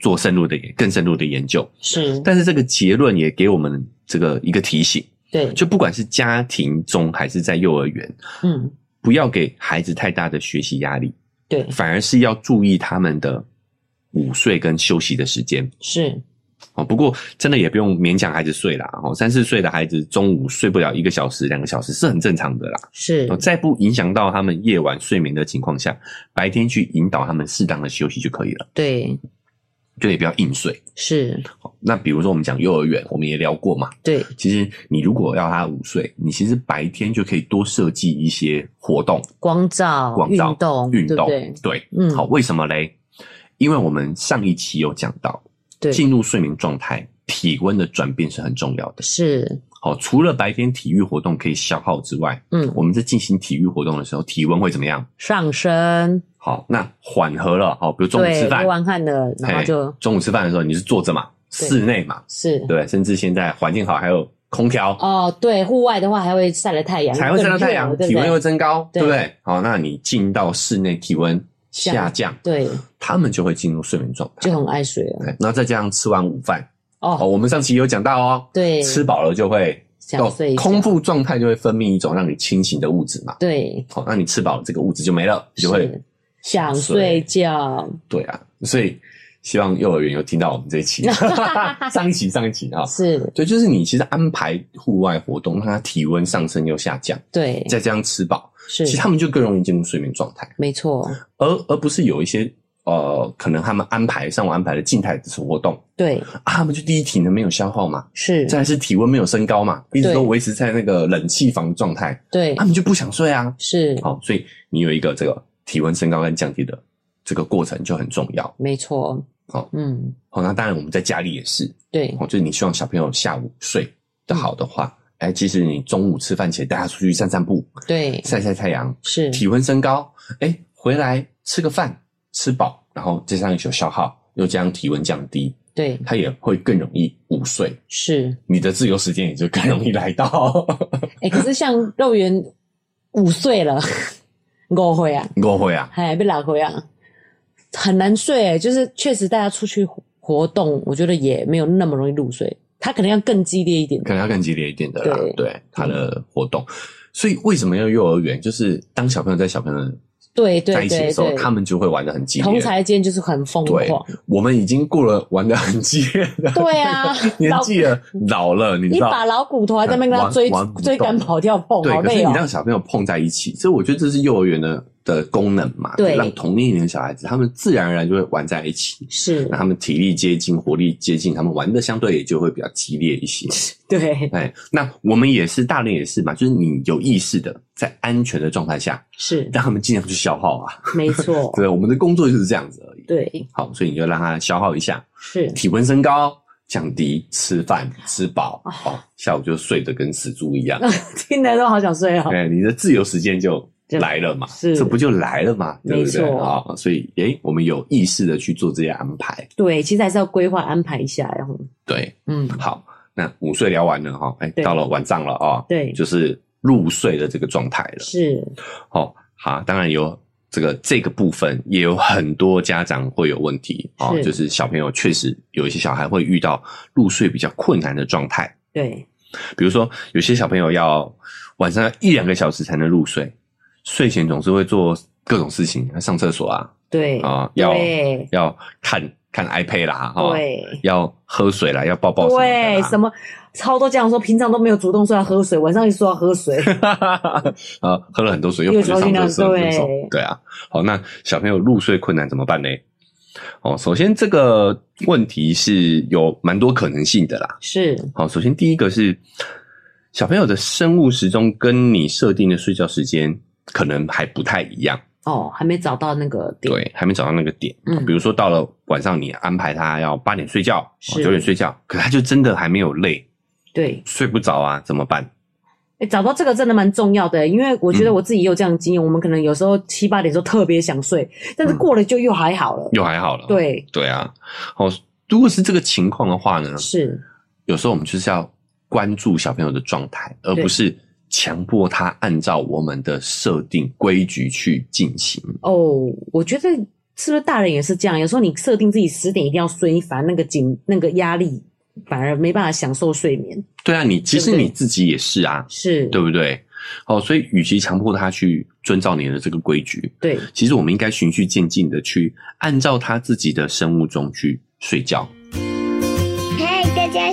S2: 做深入的研更深入的研究，
S1: 是，
S2: 但是这个结论也给我们这个一个提醒，
S1: 对，
S2: 就不管是家庭中还是在幼儿园，
S1: 嗯，
S2: 不要给孩子太大的学习压力，
S1: 对，
S2: 反而是要注意他们的午睡跟休息的时间
S1: 是
S2: 哦。不过真的也不用勉强孩子睡啦，哦，三四岁的孩子中午睡不了一个小时、两个小时是很正常的啦。
S1: 是
S2: 哦，在不影响到他们夜晚睡眠的情况下，白天去引导他们适当的休息就可以了，
S1: 对，
S2: 就也不要硬睡。
S1: 是
S2: 好那比如说我们讲幼儿园，我们也聊过嘛，
S1: 对，
S2: 其实你如果要他午睡，你其实白天就可以多设计一些活动、
S1: 光照、
S2: 广
S1: 运
S2: 照、
S1: 动，
S2: 运
S1: 对不
S2: 动，
S1: 对？嗯
S2: 嗯，好，为什么嘞？因为我们上一期有讲到，
S1: 对，
S2: 进入睡眠状态，体温的转变是很重要的。
S1: 是，
S2: 好，除了白天体育活动可以消耗之外，
S1: 嗯，
S2: 我们在进行体育活动的时候，体温会怎么样？
S1: 上升，
S2: 好，那缓和了，好，比如中午
S1: 对，
S2: 吃饭
S1: 流，完汗了，然后
S2: 嘿
S1: 就
S2: 中午吃饭的时候你是坐着嘛，室内嘛，
S1: 是
S2: 对，甚至现在环境好，还有空调，
S1: 哦，对，户外的话还会晒了太阳，
S2: 才会晒到太阳，
S1: 更热
S2: 体温又会增高，
S1: 对
S2: 对不对？好，那你进到室内体温下降，
S1: 对不对？对，
S2: 他们就会进入睡眠状态
S1: 就。很爱水了。
S2: 对那再加上吃完午饭，哦，
S1: 哦，
S2: 我们上期有讲到哦，
S1: 对，
S2: 吃饱了就会哦
S1: 想睡一觉
S2: 空腹状态就会分泌一种让你清醒的物质嘛。
S1: 对，
S2: 好，那你吃饱了这个物质就没了，你就会
S1: 是想睡觉，
S2: 对啊，所以希望幼儿园有听到我们这一期， 上一期上一期啊，
S1: 是
S2: 对，就是你其实安排户外活动，让他体温上升又下降，
S1: 对，
S2: 再这样吃饱，
S1: 是
S2: 其实他们就更容易进入睡眠状态，
S1: 没错，
S2: 而而不是有一些呃，可能他们安排上网安排的静态子活动
S1: 对，
S2: 啊，他们就第一体能没有消耗嘛，
S1: 是，
S2: 再来是体温没有升高嘛，一直
S1: 对
S2: 都维持在那个冷气房的状态，
S1: 对
S2: 他，们就不想睡啊。
S1: 是
S2: 好，所以你有一个这个体温升高跟降低的这个过程就很重要。
S1: 没错，
S2: 好
S1: 嗯，
S2: 好，那当然我们在家里也是，
S1: 对，
S2: 哦，就是你希望小朋友下午睡得好的话，哎、其实你中午吃饭前带他出去散散步，
S1: 对，
S2: 晒晒太阳，
S1: 是，
S2: 体温升高，哎、回来吃个饭，吃饱，然后加上一宿消耗，又加上体温降低，
S1: 对，
S2: 他也会更容易午睡，
S1: 是，
S2: 你的自由时间也就更容易来到。
S1: 哎，可是像肉圆五岁了， 五岁啊，
S2: 我会啊，
S1: 哎，被拉回啊，很难睡、欸就是确实大家出去活动，我觉得也没有那么容易入睡，他可能要更激烈一点。
S2: 可能要更激烈一点的啦，
S1: 对
S2: 对他的活动。所以为什么要幼儿园？就是当小朋友在小朋友
S1: 对对
S2: 在一起
S1: 对
S2: 的时候，
S1: 对，
S2: 他们就会玩的很激
S1: 同
S2: 烈。
S1: 才间就是很疯
S2: 对
S1: 狂。，
S2: 我们已经过了玩的很激烈的
S1: 对 啊
S2: 年纪了，老了，你
S1: 你
S2: 知道
S1: 把老骨头还在那边跟他
S2: 玩
S1: 追
S2: 玩不
S1: 追赶
S2: 动
S1: 跑跳碰，
S2: 对
S1: 好，
S2: 可是
S1: 累
S2: 你
S1: 哦。
S2: 让小朋友碰在一起，所以我觉得这是幼儿园的的功能嘛，
S1: 对
S2: 让同年龄的小孩子他们自然而然就会玩在一起，
S1: 是
S2: 那，他们体力接近、活力接近，他们玩的相对也就会比较激烈 一些。
S1: 对，
S2: 哎，那我们也是，大人也是嘛，就是你有意识的在安全的状态下，
S1: 是
S2: 让他们尽量去消耗啊。
S1: 没 错，
S2: 对，我们的工作就是这样子而已。
S1: 对，
S2: 好，所以你就让他消耗一下，
S1: 是
S2: 体温升高，降低，吃饭吃饱，
S1: 啊
S2: 好、下午就睡得跟死猪一样。
S1: 听得都好想睡哦。
S2: 哎，你的自由时间就来了嘛，
S1: 是
S2: 这不就来了嘛，对不对
S1: 没错
S2: 啊、所以，哎，我们有意识的去做这些安排。
S1: 对，其实还是要规划安排一下，然后
S2: 对，
S1: 嗯，
S2: 好，那午睡聊完了哈，哎，
S1: 对
S2: 到了晚上了啊、
S1: 对，
S2: 就是入睡的这个状态了。
S1: 是
S2: 哦，好，当然有这个这个部分，也有很多家长会有问题哦，
S1: 是
S2: 就是小朋友确实有一些小孩会遇到入睡比较困难的状态，
S1: 对，
S2: 比如说有些小朋友要晚上要一两个小时才能入睡，睡前总是会做各种事情，上厕所啊
S1: 对，
S2: 啊、要啊
S1: 对，
S2: 要看看 iPad 啦，哈、
S1: 对。
S2: 要喝水啦，要抱抱什么的
S1: 对，
S2: 啦
S1: 什么超多家长说平常都没有主动说要喝水，晚上一说要喝 水，
S2: 啊，喝了很多水又
S1: 又
S2: 跑去上厕所，
S1: 跑去那
S2: 是不
S1: 对
S2: 是对啊。好，那小朋友入睡困难怎么办呢？哦，首先这个问题是有蛮多可能性的啦。
S1: 是
S2: 好，首先第一个是小朋友的生物时钟跟你设定的睡觉时间可能还不太一样，
S1: 哦，还没找到那个点。
S2: 对，还没找到那个点。
S1: 嗯
S2: 比如说到了晚上，你安排他要八点睡觉，
S1: 是
S2: 哦九点睡觉，可他就真的还没有累，
S1: 对，
S2: 睡不着啊，怎么办？
S1: 哎，找到这个真的蛮重要的，因为我觉得
S2: 嗯
S1: 我自己也有这样的经验，我们可能有时候七八点的时候特别想睡，但是
S2: 嗯
S1: 过了就又还好了。
S2: 又还好了。
S1: 对，
S2: 对啊，哦，如果是这个情况的话呢，
S1: 是
S2: 有时候我们就是要关注小朋友的状态，而不是强迫他按照我们的设定规矩去进行。
S1: 哦，我觉得是不是大人也是这样？有时候你设定自己十点一定要睡，你反而那个紧那个压力反而没办法享受睡眠。
S2: 对啊，你其实
S1: 对不对
S2: 你自己也是啊，
S1: 是，
S2: 对不对？哦，所以与其强迫他去遵照你的这个规矩，
S1: 对
S2: 其实我们应该循序渐进的去按照他自己的生物钟去睡觉。
S3: 嗨，大家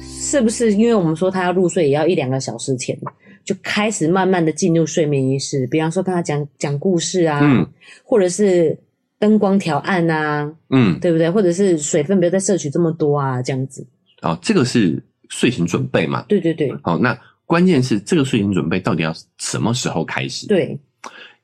S1: 是不是？因为我们说他要入睡也要一两个小时前，就开始慢慢的进入睡眠仪式，比方说跟他讲讲故事啊，
S2: 嗯
S1: 或者是灯光调暗啊，
S2: 嗯，
S1: 对不对？或者是水分不要再摄取这么多啊，这样子。
S2: 好、哦这个是睡前准备嘛？
S1: 对对对
S2: 好、那关键是这个睡前准备到底要什么时候开始？，
S1: 对，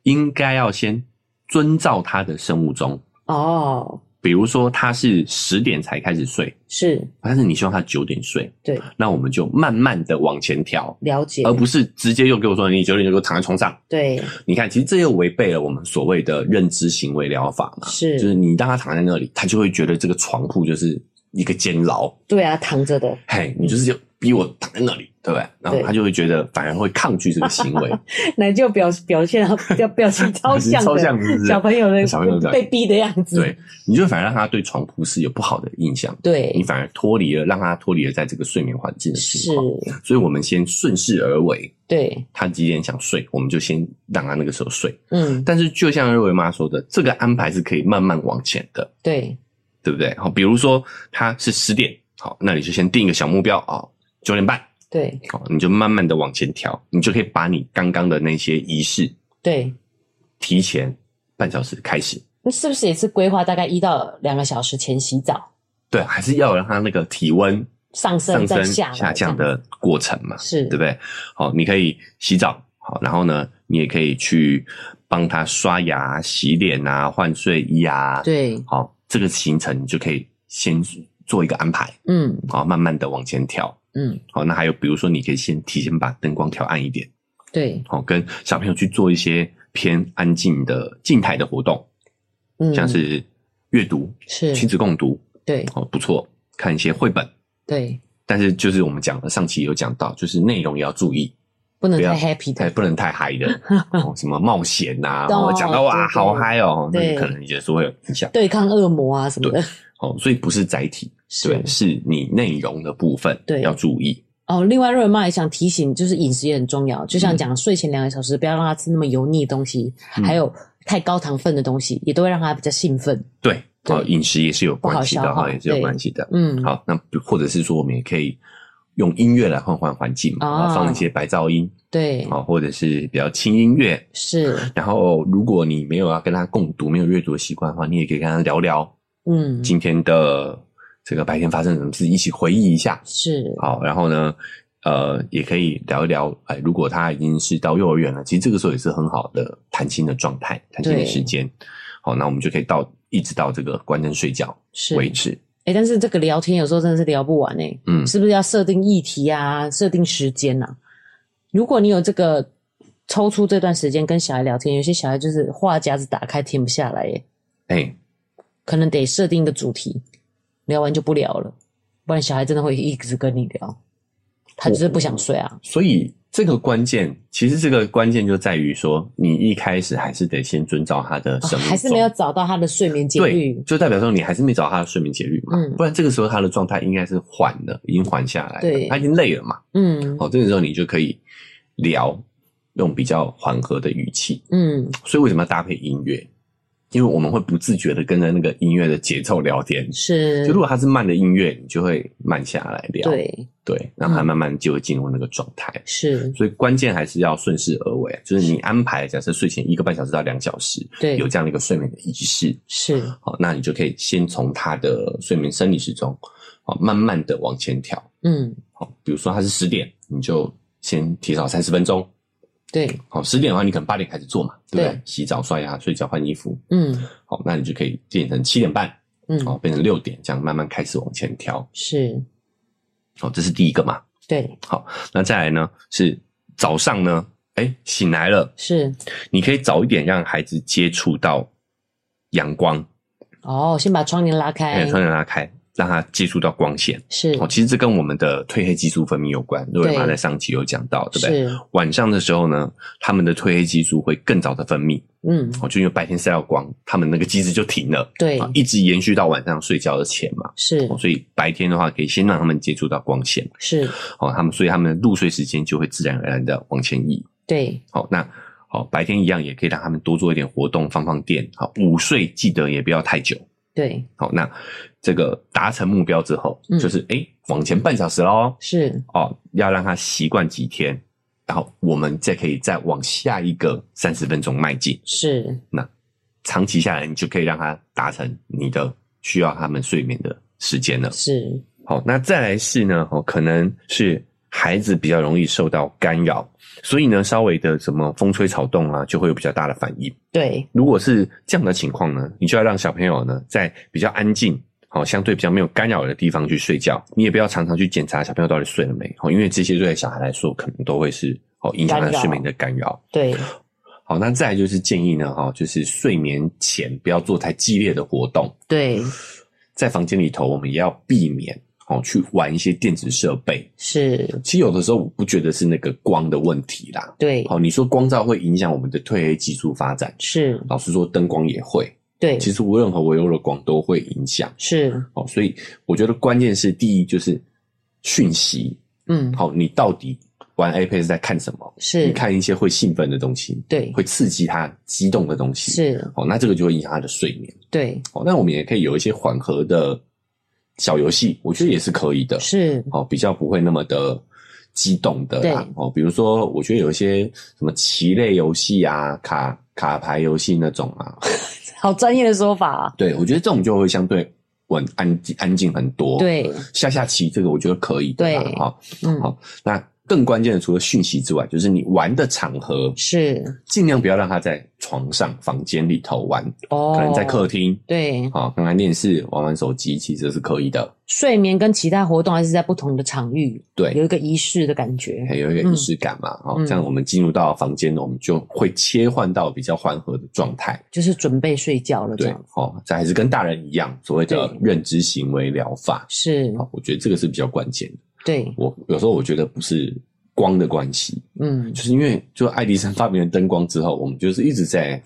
S2: 应该要先遵照他的生物钟，
S1: 哦，
S2: 比如说他是十点才开始睡，
S1: 是
S2: 但是你希望他九点睡，
S1: 对，
S2: 那我们就慢慢的往前调，
S1: 了解，
S2: 而不是直接又给我说你九点就给我躺在床上。
S1: 对，
S2: 你看，其实这又违背了我们所谓的认知行为疗法嘛，
S1: 是
S2: 就是你让他躺在那里，他就会觉得这个床铺就是一个监牢，
S1: 对啊，躺着的，
S2: 嘿，你就是要逼我躺在那里，对不对？然后
S1: 对
S2: 他就会觉得反而会抗拒这个行为，
S1: 奶就表表现表表情 超像
S2: 超
S1: 的
S2: 像是不是
S1: 小朋友的
S2: 小朋友的
S1: 被逼的样子，
S2: 对，你就反而让他对床铺是有不好的印象，你
S1: 对
S2: 反而脱离了，让他脱离了在这个睡眠环境的情
S1: 是，
S2: 况，所以我们先顺势而为。
S1: 对，
S2: 他几点想睡，我们就先让他那个时候睡。
S1: 嗯，
S2: 但是就像二维妈说的，这个安排是可以慢慢往前的。
S1: 对
S2: 对不对？好，比如说他是十点，好，那你就先定一个小目标啊，九、点半，
S1: 对
S2: 好，你就慢慢的往前调，你就可以把你刚刚的那些仪式
S1: 对，
S2: 提前半小时开始。
S1: 那是不是也是规划大概一到两个小时前洗澡
S2: 对，还是要让他那个体温
S1: 上
S2: 上
S1: 升
S2: 升
S1: 再下来
S2: 下降
S1: 这样
S2: 的过程嘛，
S1: 是
S2: 对不对？好，你可以洗澡，好，然后呢，你也可以去帮他刷牙、洗脸啊、换睡衣啊，，
S1: 对，
S2: 好，这个行程你就可以先做一个安排，
S1: 嗯
S2: 好，慢慢的往前调。
S1: 嗯
S2: 好，那还有比如说，你可以先提前把灯光调暗一点，
S1: 对，
S2: 好，跟小朋友去做一些偏安静的静态的活动，
S1: 嗯
S2: 像是阅读、
S1: 是
S2: 亲子共读，
S1: 对
S2: 哦，不错，看一些绘本。
S1: 对，
S2: 但是就是我们讲的上期有讲到，就是内容也要注意，
S1: 不能
S2: 不要
S1: 太 happy
S2: 哎，
S1: 的，
S2: 不能太嗨 的，哦，什么冒险呐、
S1: 哦
S2: 哦，讲到哇
S1: 对对
S2: 好嗨哦，那
S1: 对
S2: 可能也是会有影响
S1: 对抗恶魔啊什么的，
S2: 哦，所以不是载体，对，
S1: 是
S2: 是你内容的部分
S1: 对
S2: 要注意，
S1: 哦。另外，瑞妈也想提醒，就是饮食也很重要，就像
S2: 嗯
S1: 讲睡前两个小时，不要让他吃那么油腻的东西，还有太高糖分的东西，也都会让他比较兴奋。
S2: 对，哦，
S1: 对
S2: 饮食也是有
S1: 不好
S2: 关系的
S1: 消
S2: 哈，
S1: 化
S2: 也是有
S1: 对
S2: 关系的，
S1: 嗯，
S2: 好，那或者是说我们也可以用音乐来换换环境嘛，
S1: 哦
S2: 啊、放一些白噪音
S1: 对，
S2: 啊，或者是比较轻音乐。
S1: 是，
S2: 然后，如果你没有要跟他共读、没有阅读的习惯的话，你也可以跟他聊聊
S1: 嗯，
S2: 今天的这个白天发生什么事，一起回忆一下。
S1: 是，
S2: 好，然后呢，呃，也可以聊一聊。哎，如果他已经是到幼儿园了，其实这个时候也是很好的谈心的状态、谈心的
S1: 对
S2: 时间。好，那我们就可以到一直到这个关灯睡觉
S1: 是，
S2: 为止。
S1: 哎、但是这个聊天有时候真的是聊不完哎、
S2: 嗯
S1: 是不是要设定议题啊，设定时间啊？如果你有这个抽出这段时间跟小孩聊天，有些小孩就是话匣子打开停不下来耶、
S2: 哎、
S1: 可能得设定一个主题，聊完就不聊了，不然小孩真的会一直跟你聊，他就是不想睡啊。
S2: 所以这个关键，其实这个关键就在于说，你一开始还是得先遵照他的
S1: 啊
S2: 生物钟、
S1: 还是没有找到他的睡眠节
S2: 对
S1: 律，，
S2: 就代表说你还是没找到他的睡眠节律嘛。
S1: 嗯
S2: 不然这个时候他的状态应该是缓了，已经缓下来了，
S1: 对
S2: 他已经累了嘛。
S1: 嗯
S2: 哦好，这个时候你就可以聊，用比较缓和的语气。
S1: 嗯，
S2: 所以为什么要搭配音乐？因为我们会不自觉的跟着那个音乐的节奏聊天。
S1: 是
S2: 就如果它是慢的音乐，你就会慢下来聊，
S1: 对，嗯
S2: 对，然后它慢慢就会进入那个状态。
S1: 是
S2: 所以关键还是要顺势而为，就是你安排，假设睡前一个半小时到两小时，
S1: 对
S2: 有这样的一个睡眠的仪式，
S1: 是
S2: 好，那你就可以先从他的睡眠生理时钟，好，慢慢的往前调，
S1: 嗯
S2: 好，比如说他是十点，你就先提早三十分钟，
S1: 对
S2: 好，十点的话你可能八点开始做嘛，对不对？
S1: 对
S2: 洗澡、刷牙、睡觉、换衣服，
S1: 嗯
S2: 好，那你就可以变成七点半，好，
S1: 嗯
S2: 变成六点，这样慢慢开始往前调，
S1: 是
S2: 好，这是第一个嘛，
S1: 对
S2: 那再来呢是早上呢，哎，醒来了。
S1: 是
S2: 你可以早一点让孩子接触到阳光，
S1: 哦，先把窗帘拉
S2: 哎，
S1: 开
S2: 窗帘拉开，让他接触到光线。
S1: 是
S2: 哦，其实这跟我们的褪黑激素分泌有关，瑞瑞妈在上期有讲到，对不对？
S1: 是
S2: 晚上的时候呢，他们的褪黑激素会更早的分泌，
S1: 嗯
S2: 哦，就因为白天晒到光，他们那个机制就停了，
S1: 对
S2: 啊一直延续到晚上睡觉的前嘛。
S1: 是
S2: 哦所以白天的话，可以先让他们接触到光线，
S1: 是
S2: 哦，他们所以他们的入睡时间就会自然而然的往前移。
S1: 对
S2: 好、那好、白天一样也可以让他们多做一点活动，放放电。好、午睡记得也不要太久。
S1: 对
S2: 好、那这个达成目标之后，
S1: 嗯
S2: 就是哎、诶往前半小时喽。
S1: 是
S2: 哦，要让他习惯几天，然后我们再可以再往下一个三十分钟迈进。
S1: 是
S2: 那长期下来，你就可以让他达成你的需要他们睡眠的时间了。
S1: 是
S2: 好，那再来是呢，哦，可能是孩子比较容易受到干扰，所以呢，稍微的什么风吹草动啊，就会有比较大的反应。
S1: 对
S2: 如果是这样的情况呢，你就要让小朋友呢在比较安静。好，相对比较没有干扰的地方去睡觉，你也不要常常去检查小朋友到底睡了没，哦，因为这些对小孩来说可能都会是哦影响他
S1: 干扰
S2: 睡眠的干扰。
S1: 对
S2: 好，那再来就是建议呢，哈、就是睡眠前不要做太激烈的活动，
S1: 对
S2: 在房间里头，我们也要避免哦去玩一些电子设备。
S1: 是
S2: 其实有的时候我不觉得是那个光的问题啦，
S1: 对
S2: 哦，你说光照会影响我们的褪黑激素发展，
S1: 是
S2: 老实说灯光也会，
S1: 对
S2: 其实无任何微弱的光都会影响
S1: 是
S2: 哦，所以我觉得关键是第一就是讯息，
S1: 嗯
S2: 好、你到底玩 iPad 是在看什么？
S1: 是
S2: 你看一些会兴奋的东西，
S1: 对
S2: 会刺激他激动的东西，
S1: 是
S2: 哦，那这个就会影响他的睡眠。
S1: 对
S2: 哦，那我们也可以有一些缓和的小游戏，我觉得也是可以的。
S1: 是
S2: 哦，比较不会那么的激动的啦
S1: 对。
S2: 哦，比如说，我觉得有一些什么棋类游戏啊、卡卡牌游戏那种啊，
S1: 好专业的说法啊
S2: 对我觉得这种就会相对稳安静安静很多。，
S1: 对
S2: 下下棋这个我觉得可以的啦。
S1: 对
S2: 好、
S1: 嗯
S2: 好，那更关键的除了讯息之外，就是你玩的场合，
S1: 是
S2: 尽量不要让他在床上、房间里头玩，
S1: 哦
S2: 可能在客厅。
S1: 对
S2: 好，看看电视、玩玩手机，其实是可以的。
S1: 睡眠跟其他活动还是在不同的场域
S2: 对，
S1: 有一个仪式的感觉
S2: 很有一个仪式感嘛。哦，
S1: 嗯
S2: 这样我们进入到房间呢，我们就会切换到比较缓和的状态。
S1: 就是准备睡觉了这
S2: 对
S1: 样，
S2: 哦，这还是跟大人一样，所谓的
S1: 对
S2: 认知行为疗法。
S1: 是
S2: 哦，我觉得这个是比较关键的。
S1: 对
S2: 我有时候我觉得不是光的关系，
S1: 嗯
S2: 就是因为就爱迪生发明了灯光之后，我们就是一直在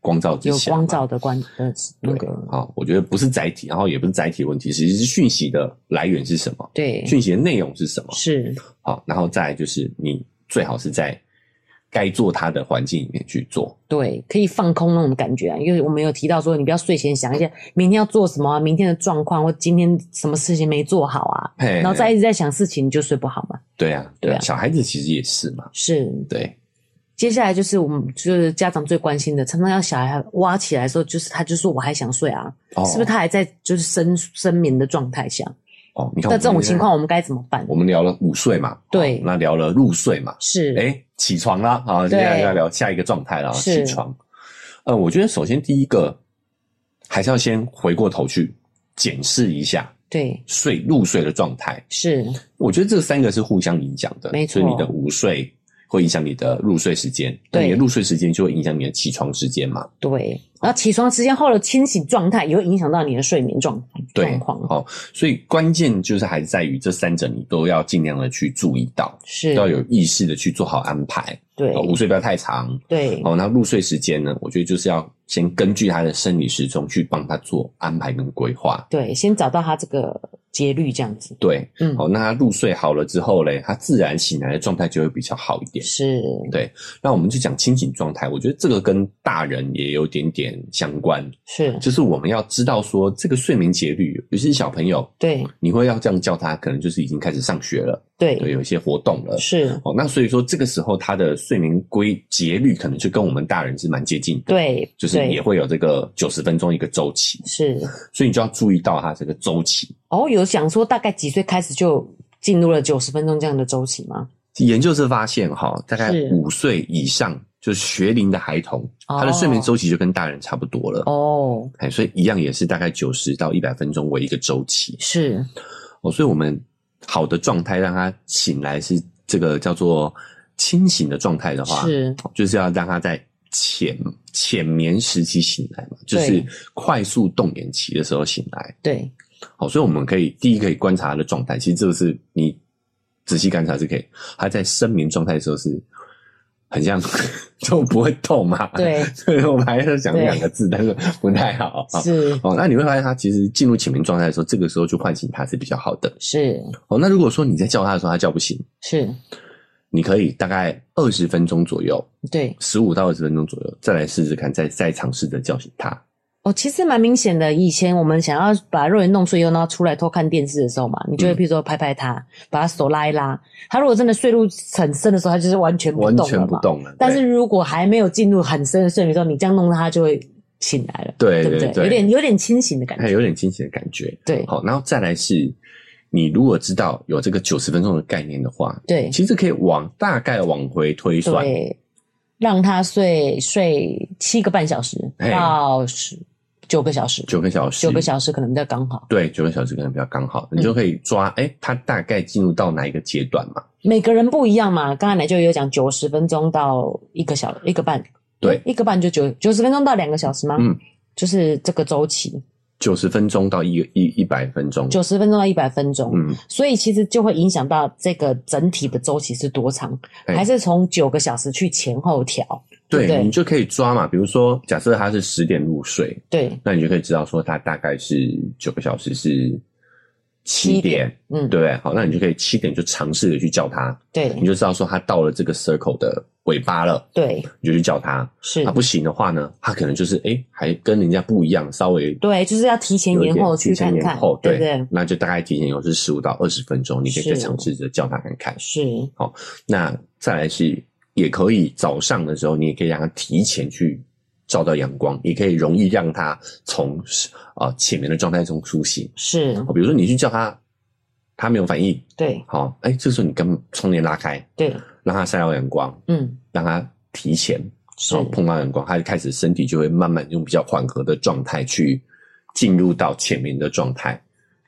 S2: 光照之
S1: 有
S2: 下嘛。
S1: 光照的关呃那
S2: 对
S1: 个
S2: 好、我觉得不是载体，然后也不是载体问题，其实是讯息的来源是什么，
S1: 对
S2: 讯息的内容是什么。
S1: 是
S2: 好，然后再来就是你最好是在该做它的环境里面去做。
S1: 对，可以放空那种感觉啊，因为我们有提到说，你不要睡前想一些明天要做什么、啊，明天的状况或今天什么事情没做好啊，
S2: 嘿，
S1: 然后再一直在想事情，你就睡不好嘛。
S2: 对啊，
S1: 对啊
S2: 小孩子其实也是嘛，
S1: 是，
S2: 对，
S1: 接下来就是我们就是家长最关心的，常常要小孩挖起来的时候，就是他就说我还想睡啊，
S2: 哦
S1: 是不是他还在就是深深眠的状态下？
S2: 哦，你看
S1: 那这种
S2: 们
S1: 情况，我们该怎么办
S2: 我？们聊了午睡嘛，
S1: 对
S2: 哦那聊了入睡嘛，
S1: 是，
S2: 哎，起床啦，啊，接
S1: 对
S2: 下来要聊下一个状态了，起
S1: 是
S2: 床。呃，我觉得首先第一个还是要先回过头去检视一下
S1: 对，
S2: 睡入睡的状态。
S1: 是，
S2: 我觉得这三个是互相影响的，
S1: 没错
S2: 所以你的午睡会影响你的入睡时间，那
S1: 对
S2: 你的入睡时间就会影响你的起床时间嘛。
S1: 对。然后起床时间后的清醒状态也会影响到你的睡眠状
S2: 对
S1: 状，况，
S2: 好、哦所以关键就是还是在于这三者你都要尽量的去注意到，
S1: 是，
S2: 要有意识的去做好安排。
S1: 对
S2: 哦午睡不要太长。
S1: 对
S2: 哦，那入睡时间呢？我觉得就是要先根据他的生理时钟去帮他做安排跟规划。
S1: 对，先找到他这个节律这样子，
S2: 对，
S1: 嗯，
S2: 好、那他入睡好了之后嘞，他自然醒来的状态就会比较好一点。
S1: 是，
S2: 对那我们就讲清醒状态，我觉得这个跟大人也有点点点相关，
S1: 是
S2: 就是我们要知道说这个睡眠节律，有些小朋友
S1: 对
S2: 你会要这样叫他，可能就是已经开始上学了，对，
S1: 对
S2: 有一些活动了。
S1: 是，
S2: 哦，那所以说这个时候他的睡眠规节律可能就跟我们大人是蛮接近的，
S1: 对，
S2: 就是
S1: 对
S2: 也会有这个九十分钟一个周期，
S1: 是
S2: 所以你就要注意到它这个周期。
S1: 哦，有想说大概几岁开始就进入了九十分钟这样的周期吗？
S2: 研究是发现哈，大概
S1: 是
S2: 五岁以上就是学龄的孩童，他的睡眠周期就跟大人差不多了。
S1: 哦，
S2: 哎，所以一样也是大概九十到一百分钟为一个周期
S1: 是
S2: 哦，所以我们好的状态让他醒来是这个叫做清醒的状态的话，
S1: 是
S2: 就是要让他在浅浅眠时期醒来嘛，就是
S1: 对
S2: 快速动眼期的时候醒来。
S1: 对，
S2: 好，所以我们可以第一可以观察他的状态，其实这个是你仔细观察是可以，他在深眠状态的时候是很像 就不会动嘛，
S1: 对，
S2: 所以我们还是讲两个字，但是不太好啊。
S1: 是
S2: 哦，那你会发现他其实进入浅眠状态的时候，这个时候就唤醒他是比较好的。
S1: 是
S2: 哦，那如果说你在叫他的时候他叫不醒，
S1: 是，
S2: 你可以大概二十分钟左右，
S1: 对
S2: 十五到二十分钟左右，再来试试看，再再尝试着叫醒他。
S1: 哦，其实蛮明显的。以前我们想要把肉眼弄睡以后，然后出来偷看电视的时候嘛，你就会
S2: 嗯
S1: 譬如说拍拍他，把他手拉一拉。他如果真的睡入很深的时候，他就是完全不
S2: 完
S1: 动
S2: 全
S1: 了
S2: 不
S1: 嘛。
S2: 动了，
S1: 但是如果还没有进入很深的睡眠之后，你这样弄他，他就会醒来了，
S2: 对
S1: 不
S2: 对
S1: 对？有点有点清醒的感
S2: 还
S1: 觉，
S2: 有点清醒的感觉。
S1: 对
S2: 好，然后再来是，你如果知道有这个九十分钟的概念的话，
S1: 对
S2: 其实可以往大概往回推算，
S1: 对，让他睡睡七个半小时
S2: 嘿
S1: 到十九个小时，
S2: 哎九个小时，
S1: 九个小
S2: 时，
S1: 时可能比较刚好。
S2: 对，九个小时可能比较刚好，你就可以抓，哎、他大概进入到哪一个阶段嘛？
S1: 每个人不一样嘛，刚才奶就有讲九十分钟到一个小一个半，
S2: 对，
S1: 一个半就九九十分钟到两个小时吗？
S2: 嗯，
S1: 就是这个周期，
S2: 九十分钟到一一一百分钟，
S1: 九十分钟到一百分钟，
S2: 嗯，
S1: 所以其实就会影响到这个整体的周期是多长，
S2: 哎
S1: 还是从九个小时去前后调？
S2: 对
S1: 对不对
S2: 你就可以抓嘛。比如说，假设他是十点入睡，
S1: 对，
S2: 那你就可以知道说他大概是九个小时是七
S1: 七
S2: 点，
S1: 嗯，
S2: 对不对？好，那你就可以七点就尝试的去叫他，
S1: 对
S2: 你就知道说他到了这个 circle 的尾巴了，
S1: 对
S2: 你就去叫他。啊
S1: 是
S2: 他，不行的话呢，他可能就是哎、还跟人家不一样，稍微
S1: 对，就是要提前
S2: 有一
S1: 延
S2: 点
S1: 后
S2: 提
S1: 去
S2: 前
S1: 看
S2: 延
S1: 看
S2: 后，
S1: 对
S2: 对
S1: 不对？
S2: 那就大概提前有是十五到二十分钟，你可以再
S1: 是
S2: 尝试着叫他看看。
S1: 是
S2: 那再来是，也可以早上的时候，你也可以让他提前去照到阳光，也可以容易让他从啊、呃浅眠的状态中苏醒。
S1: 是，
S2: 哦比如说你去叫他，他没有反应，
S1: 对
S2: 好、哎、这时候你跟窗帘拉开，
S1: 对，
S2: 让他晒到阳光，
S1: 嗯，
S2: 让他提前
S1: 是
S2: 然后碰到阳光，他就开始身体就会慢慢用比较缓和的状态去进入到浅眠的状态。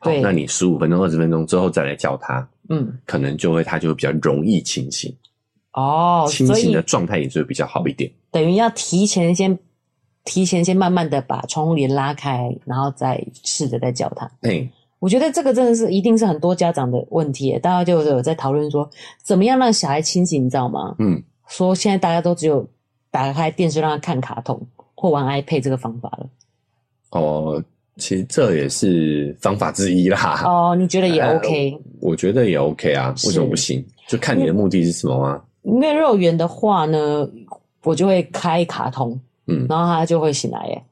S2: 好
S1: 对，
S2: 那你十五分钟、二十分钟之后再来叫他，
S1: 嗯
S2: 可能就会他就会比较容易清醒，
S1: 哦，
S2: 清
S1: 所
S2: 醒
S1: 以
S2: 的状态也就会比较好一点。
S1: 等于要提前先提前先慢慢的把窗帘拉开，然后再试着再叫他。
S2: 嘿，
S1: 我觉得这个真的是一定是很多家长的问题耶，大家就有在讨论说怎么样让小孩清醒，你知道吗？
S2: 嗯，
S1: 说现在大家都只有打开电视让他看卡通或玩 iPad 这个方法了。
S2: 哦，其实这也是方法之一啦。
S1: 哦，你觉得也
S2: 呃
S1: OK？、
S2: 我觉得也 OK 啊，
S1: 是
S2: 为什么不行？就看你的目的是什么啊吗？
S1: 因为幼儿园的话呢，我就会开卡通，
S2: 嗯，
S1: 然后他就会醒来耶。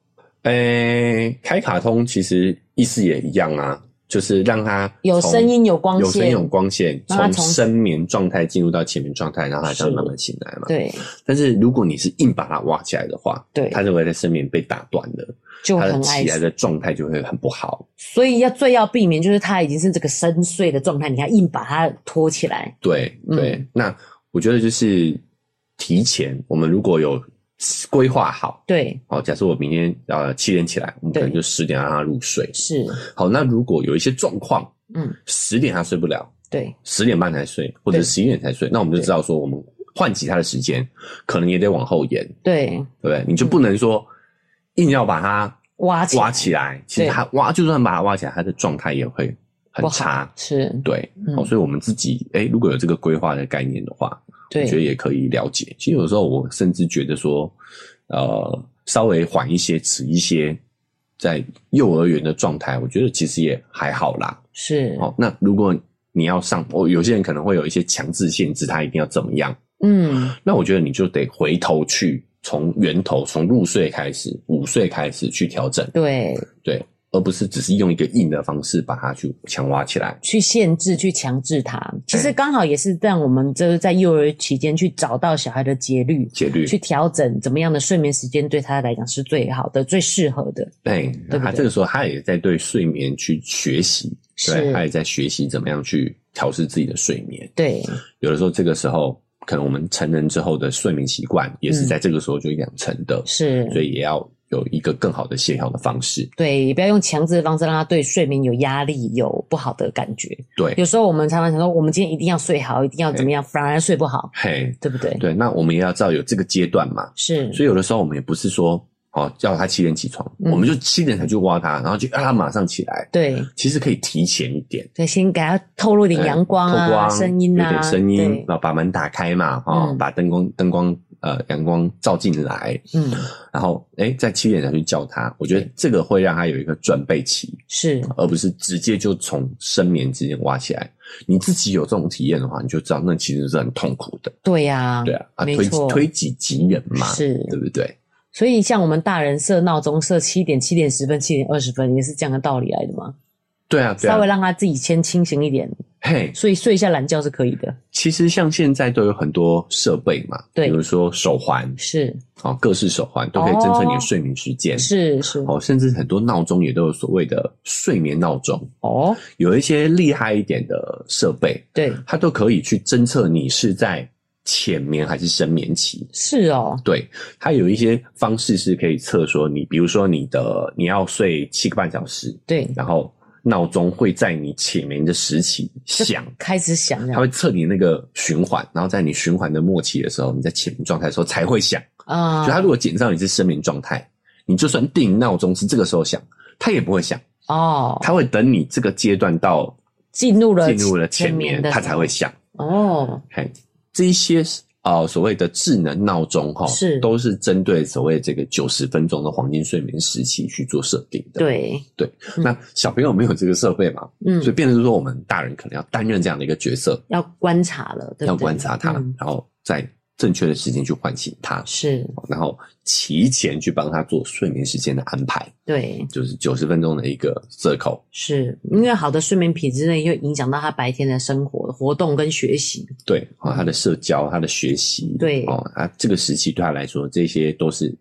S2: 诶、开卡通其实意思也一样啊，就是让他
S1: 有
S2: 从
S1: 声音有光
S2: 有声音
S1: 线
S2: 有光线，
S1: 让他
S2: 从
S1: 从
S2: 深眠状态进入到浅眠状态，然后他才会
S1: 是
S2: 慢慢醒来嘛。。
S1: 对
S2: 但是如果你是硬把它挖起来的话，
S1: 对，
S2: 他就会在深眠被打断了，
S1: 就
S2: 他
S1: 很
S2: 的
S1: 爱
S2: 起来的状态就会很不好。
S1: 所以要最要避免就是他已经是这个深睡的状态，你还硬把他拖起来，
S2: 对
S1: 嗯
S2: 对、那我觉得就是提前，我们如果有规划好。
S1: 对，
S2: 好，假设我明天呃七点起来，我们可能
S1: 对
S2: 就十点让他入睡。
S1: 是，
S2: 好，那如果有一些状况，
S1: 嗯，
S2: 十点他睡不了，
S1: 对，
S2: 十点半才睡，或者
S1: 对
S2: 十一点才睡，那我们就知道说，我们换其他的时间，可能也得往后延，
S1: 对，
S2: 对不对？你就不能说硬要把它
S1: 挖起来
S2: 挖起来，其实
S1: 对
S2: 它挖就算把它挖起来，它的状态也会很
S1: 不好
S2: 差。
S1: 是，
S2: 对，
S1: 嗯
S2: 哦，所以我们自己哎，如果有这个规划的概念的话，我觉得
S1: 对，
S2: 也可以了解。其实有时候我甚至觉得说，呃，稍微缓一些、迟一些，在幼儿园的状态，我觉得其实也还好啦。
S1: 是，
S2: 哦，那如果你要上，哦，有些人可能会有一些强制限制，他一定要怎么样。
S1: 嗯，
S2: 那我觉得你就得回头去从源头，从入睡开始，午睡开始去调整，
S1: 对，
S2: 对，而不是只是用一个硬的方式把它去强挖起来。
S1: 去限制、去强制他，其实刚好也是让我们就是在幼儿期间去找到小孩的节律，
S2: 节律
S1: 去调整怎么样的睡眠时间对他来讲是最好的、最适合的。
S2: 对，那
S1: 对不对
S2: 他哎啊这个时候他也在对睡眠去学习，对，
S1: 是
S2: 他也在学习怎么样去调试自己的睡眠。
S1: 对，
S2: 有的时候这个时候，可能我们成人之后的睡眠习惯也是
S1: 嗯
S2: 在这个时候就养成的，
S1: 是，
S2: 所以也要有一个更好的协调的方式。
S1: 对，也不要用强制的方式让他对睡眠有压力、有不好的感觉。
S2: 对，
S1: 有时候我们常常想说，我们今天一定要睡好，一定要怎么样，反而睡不好，
S2: 嘿，
S1: 对不对？
S2: 对，那我们也要知道有这个阶段嘛，
S1: 是，
S2: 所以有的时候我们也不是说哦叫他七点起床，
S1: 嗯
S2: 我们就七点才去挖他，然后就让他马上起来。
S1: 对，
S2: 其实可以提前一点，
S1: 所以先给他透露一点
S2: 哎
S1: 阳光啊、
S2: 透光
S1: 声音
S2: 有
S1: 啊、
S2: 点声音
S1: 对，
S2: 然后把门打开嘛，哦，
S1: 嗯
S2: 把灯光灯光呃阳光照进来，
S1: 嗯，
S2: 然后哎在七点才去叫他，我觉得这个会让他有一个准备期，
S1: 是，
S2: 而不是直接就从深眠之间挖起来。你自己有这种体验的话，你就知道那其实是很痛苦的，
S1: 对呀、
S2: 对啊，啊
S1: 嗯没
S2: 推
S1: 错
S2: 推己及人嘛，
S1: 是，
S2: 对不对？
S1: 所以像我们大人设闹钟设七点、七点十分、七点二十分，也是这样的道理来的嘛。
S2: 对啊，对
S1: 稍
S2: 啊
S1: 微，让他自己先清醒一点，
S2: 嘿，
S1: 所以睡一下懒觉是可以的。
S2: 其实像现在都有很多设备嘛，
S1: 对
S2: 比如说手环，
S1: 是
S2: 哦，各式手环都可以侦测你的睡眠时间，
S1: 哦是是
S2: 哦，甚至很多闹钟也都有所谓的睡眠闹钟，
S1: 哦，
S2: 有一些厉害一点的设备，
S1: 对，
S2: 它都可以去侦测你是在浅眠还是深眠期。
S1: 是哦，
S2: 对，它有一些方式是可以测说你，比如说你的你要睡七个半小时，
S1: 对，
S2: 然后闹钟会在你浅眠的时期响，
S1: 开始想这
S2: 它
S1: 样
S2: 会测你那个循环，然后在你循环的末期的时候，你在浅眠状态的时候才会响。
S1: 啊，
S2: 就它如果检测到你是深眠状态，你就算定闹钟是这个时候响，它也不会响，
S1: 哦，
S2: 它会等你这个阶段到
S1: 进入了
S2: 进入了浅
S1: 眠
S2: 眠，
S1: 的时
S2: 它
S1: 候
S2: 才会响。
S1: 哦，
S2: 嘿，这一些呃所谓的智能闹钟哈，
S1: 是
S2: 都是针对所谓这个九十分钟的黄金睡眠时期去做设定的。，
S1: 对，
S2: 那小朋友没有这个设备嘛，
S1: 嗯，
S2: 所以变成是说我们大人可能要担任这样的一个角色，
S1: 要观察了，对不对
S2: 要观察他，
S1: 嗯
S2: 然后在正确的时间去唤醒他，
S1: 是
S2: 然后提前去帮他做睡眠时间的安排，
S1: 对，
S2: 就是九十分钟的一个 circle。
S1: 是因为好的睡眠品质呢，又影响到他白天的生活、活动跟学习，
S2: 对，啊、他的社交，他的学习，
S1: 对
S2: 哦，啊，这个时期对他来说，这些都是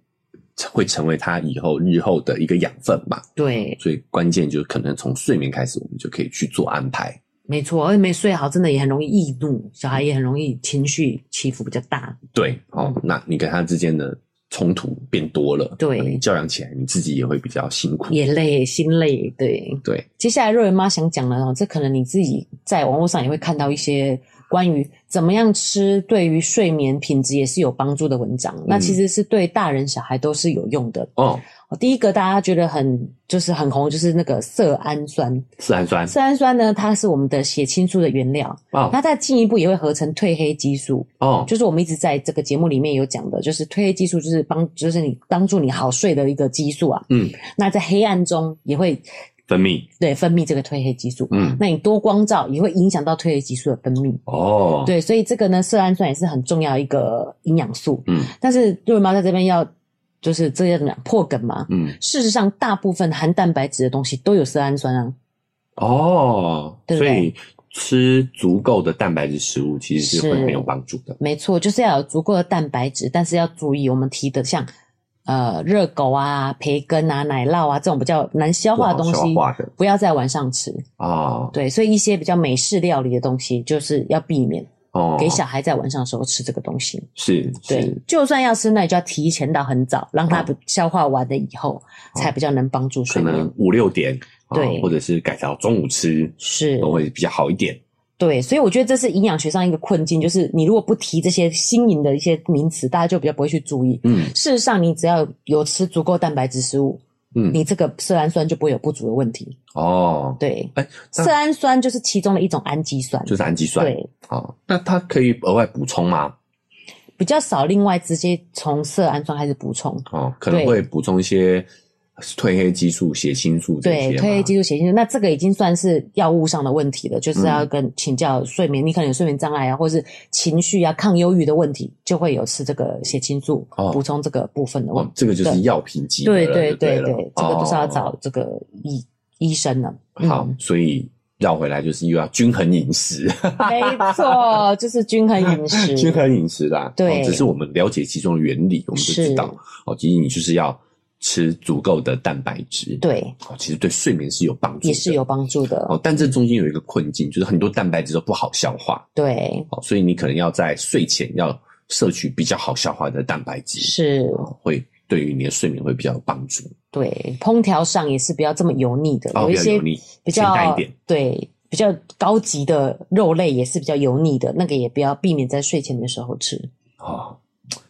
S2: 会成为他以后日后的一个养分嘛。
S1: 对，
S2: 所以关键就可能从睡眠开始，我们就可以去做安排。
S1: 没错，而且没睡好，真的也很容易易怒，小孩也很容易情绪起伏比较大，
S2: 对，哦，那你跟他之间的冲突变多了，
S1: 嗯对
S2: 那你教养起来你自己也会比较辛苦。
S1: 也累，心累，对。
S2: 对，
S1: 接下来瑞文妈想讲的哦，这可能你自己在网络上也会看到一些关于怎么样吃对于睡眠品质也是有帮助的文章，那其实是对大人小孩都是有用的。
S2: 哦，
S1: 哦第一个大家觉得很就是很红，就是那个色氨酸，
S2: 色氨酸，
S1: 色氨酸呢它是我们的血清素的原料，
S2: 哦
S1: 那再进一步也会合成褪黑激素，
S2: 哦，
S1: 就是我们一直在这个节目里面有讲的，就是褪黑激素就是帮就是你帮助你好睡的一个激素啊，
S2: 嗯，
S1: 那在黑暗中也会
S2: 分泌，
S1: 对分泌这个褪黑激素，
S2: 嗯，
S1: 那你多光照也会影响到褪黑激素的分泌。
S2: 哦，，
S1: 对，所以这个呢，色氨酸也是很重要一个营养素。
S2: 嗯
S1: 但是瑞文妈在这边要，就是这要怎么讲破梗嘛？
S2: 嗯，
S1: 事实上，大部分含蛋白质的东西都有色氨酸啊。
S2: 哦，
S1: 对不
S2: 所
S1: 对
S2: 以吃足够的蛋白质食物其实是会
S1: 是
S2: 很有帮助的。
S1: 没错，就是要有足够的蛋白质，但是要注意我们提的像呃热狗啊、培根啊、奶酪啊这种比较难消化的东西
S2: 不好消化的，
S1: 不要在晚上吃。
S2: 哦
S1: 对，所以一些比较美式料理的东西，就是要避免
S2: 哦，
S1: 给小孩在晚上的时候吃这个东西。
S2: 是
S1: 对
S2: 是，
S1: 就算要吃，那也就要提前到很早，让他
S2: 哦
S1: 不消化完了以后，才比较能帮助
S2: 可
S1: 睡眠
S2: 能。五六点，啊
S1: 对
S2: 或者是改到中午吃
S1: 是，
S2: 都会比较好一点。
S1: 对，所以我觉得这是营养学上一个困境，就是你如果不提这些新颖的一些名词，大家就比较不会去注意。
S2: 嗯
S1: 事实上，你只要有吃足够蛋白质食物，
S2: 嗯，
S1: 你这个色氨酸就不会有不足的问题。
S2: 哦，
S1: 对，
S2: 哎，那
S1: 色氨酸就是其中的一种氨基酸，
S2: 就是氨基酸。
S1: 对，
S2: 哦，那它可以额外补充吗？
S1: 比较少。另外，直接从色氨酸开始补充，
S2: 哦，可能
S1: 对
S2: 会补充一些褪黑激素、血清素这些
S1: 对，
S2: 吗
S1: 褪黑激素血清素，那这个已经算是药物上的问题了，就是要
S2: 嗯
S1: 跟请教睡眠，你可能有睡眠障碍啊，或是情绪啊、抗忧郁的问题，就会有吃这个血清素、
S2: 哦
S1: 补充这个部分的问
S2: 哦
S1: 题，。
S2: 这个就是
S1: 对
S2: 药品级的了
S1: 对
S2: 就
S1: 对
S2: 对
S1: 对
S2: 了
S1: 对，这个都是要找嗯
S2: 哦
S1: 这个医医生的。
S2: 好，所以绕回来就是又要均衡饮食，
S1: 嗯， 没错，就是均衡饮食，
S2: 均衡饮食啦。
S1: 嗯对
S2: 哦只是我们了解其中的原理，我们就知道哦，其实你就是要吃足够的蛋白质，，
S1: 对，
S2: 哦，其实对睡眠是有帮助的，
S1: 也是有帮助的。
S2: 哦，但这中间有一个困境，就是很多蛋白质都不好消化，
S1: 对，
S2: 哦，所以你可能要在睡前要摄取比较好消化的蛋白质，
S1: 是，
S2: 哦，会对于你的睡眠会比较有帮助。
S1: 对，烹调上也是不要这么油腻的，有
S2: 哦
S1: 一
S2: 不要
S1: 些
S2: 油腻
S1: 比
S2: 清淡一
S1: 较
S2: 点
S1: 对比较高级的肉类也是比较油腻的，那个也不要避免在睡前的时候吃。
S2: 哦，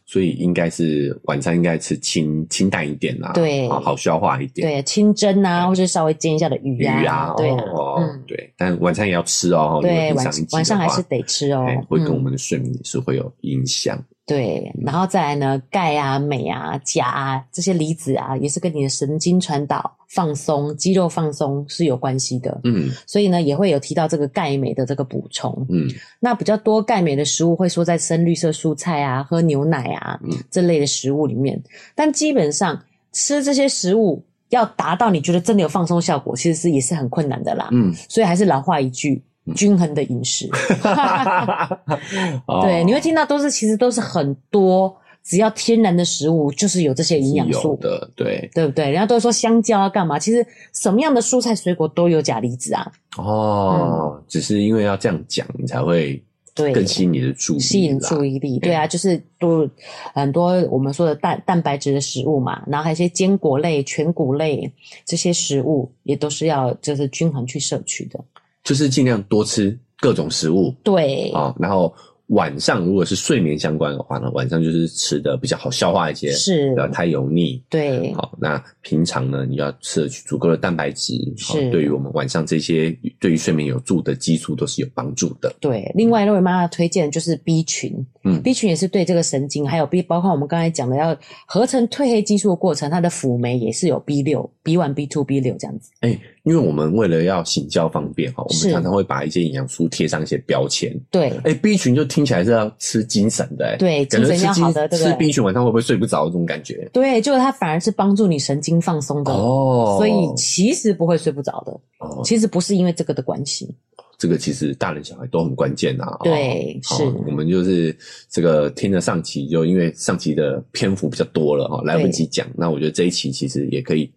S2: 所以应该是晚餐应该吃清清淡一点啦、哦
S1: 对
S2: 好好消化一点。
S1: 对，清蒸啊，或者稍微煎一下的鱼
S2: 鱼
S1: 啊，
S2: 啊，
S1: 对啊，
S2: 哦，
S1: 嗯，
S2: 对，但晚餐也要吃哦。
S1: 对，
S2: 如果听
S1: 晚
S2: 上一集的
S1: 晚上还
S2: 话
S1: 是得吃哦
S2: 哎，会跟我
S1: 嗯
S2: 们的睡眠也是会有影响。
S1: 对，然后再来呢，钙啊、镁啊、钾啊这些离子啊，也是跟你的神经传导、放松、肌肉放松是有关系的。
S2: 嗯
S1: 所以呢，也会有提到这个钙镁的这个补充。
S2: 嗯，
S1: 那比较多钙镁的食物会说在深绿色蔬菜啊、喝牛奶啊、
S2: 嗯
S1: 这类的食物里面，但基本上吃这些食物要达到你觉得真的有放松效果，其实是也是很困难的啦。
S2: 嗯，
S1: 所以还是老话一句，均衡的饮食。
S2: 哦
S1: 对，你会听到都是其实都是很多，只要天然的食物就是有这些营养
S2: 有
S1: 素。
S2: 的，对，
S1: 对不对？人家都说香蕉啊，干嘛？其实什么样的蔬菜水果都有钾离子啊。
S2: 哦，只是因为要这样讲，你才会
S1: 嗯对
S2: 更吸引你的注意，
S1: 吸引注
S2: 意。
S1: 意力，对
S2: 嗯
S1: 啊，就是多很多我们说的蛋蛋白质的食物嘛，然后还有一些坚果类、全谷类这些食物，也都是要就是均衡去摄取的。
S2: 就是尽量多吃各种食物
S1: 对，
S2: 啊、哦然后晚上如果是睡眠相关的话呢，晚上就是吃的比较好消化一些，
S1: 是
S2: 不要太油腻。
S1: 对，
S2: 好，那平常呢，你要摄取足够的蛋白质，好
S1: 是
S2: 对于我们晚上这些对于睡眠有助的激素都是有帮助的。
S1: 对。另外，瑞妈妈推荐的就是 B 群，
S2: 嗯
S1: ，B 群也是对这个神经，还有 B 包括我们刚才讲的要合成褪黑激素的过程，它的辅酶也是有 B 六、B one、B two、B 六这样子。
S2: 哎、因为我们为了要行教方便哈，我们
S1: 嗯是
S2: 常常会把一些营养素贴上一些标签。
S1: 对，
S2: 哎、b 群就听起来是要吃精神的、哎，
S1: 对
S2: 感觉
S1: 精神
S2: 吃
S1: 要
S2: 精
S1: 好的对不
S2: 吃
S1: 对
S2: B 群晚上会不会睡不着这种感觉？
S1: 对，就是它反而是帮助你神经放松的，
S2: 哦，
S1: 所以其实不会睡不着的。
S2: 哦，
S1: 其实不是因为这个的关系，
S2: 这个其实大人小孩都很关键呐、哦
S1: 对
S2: 哦
S1: 是
S2: 我们就是这个听了上期，就因为上期的篇幅比较多了哈、哦，来不及讲。那我觉得这一期其实也可以，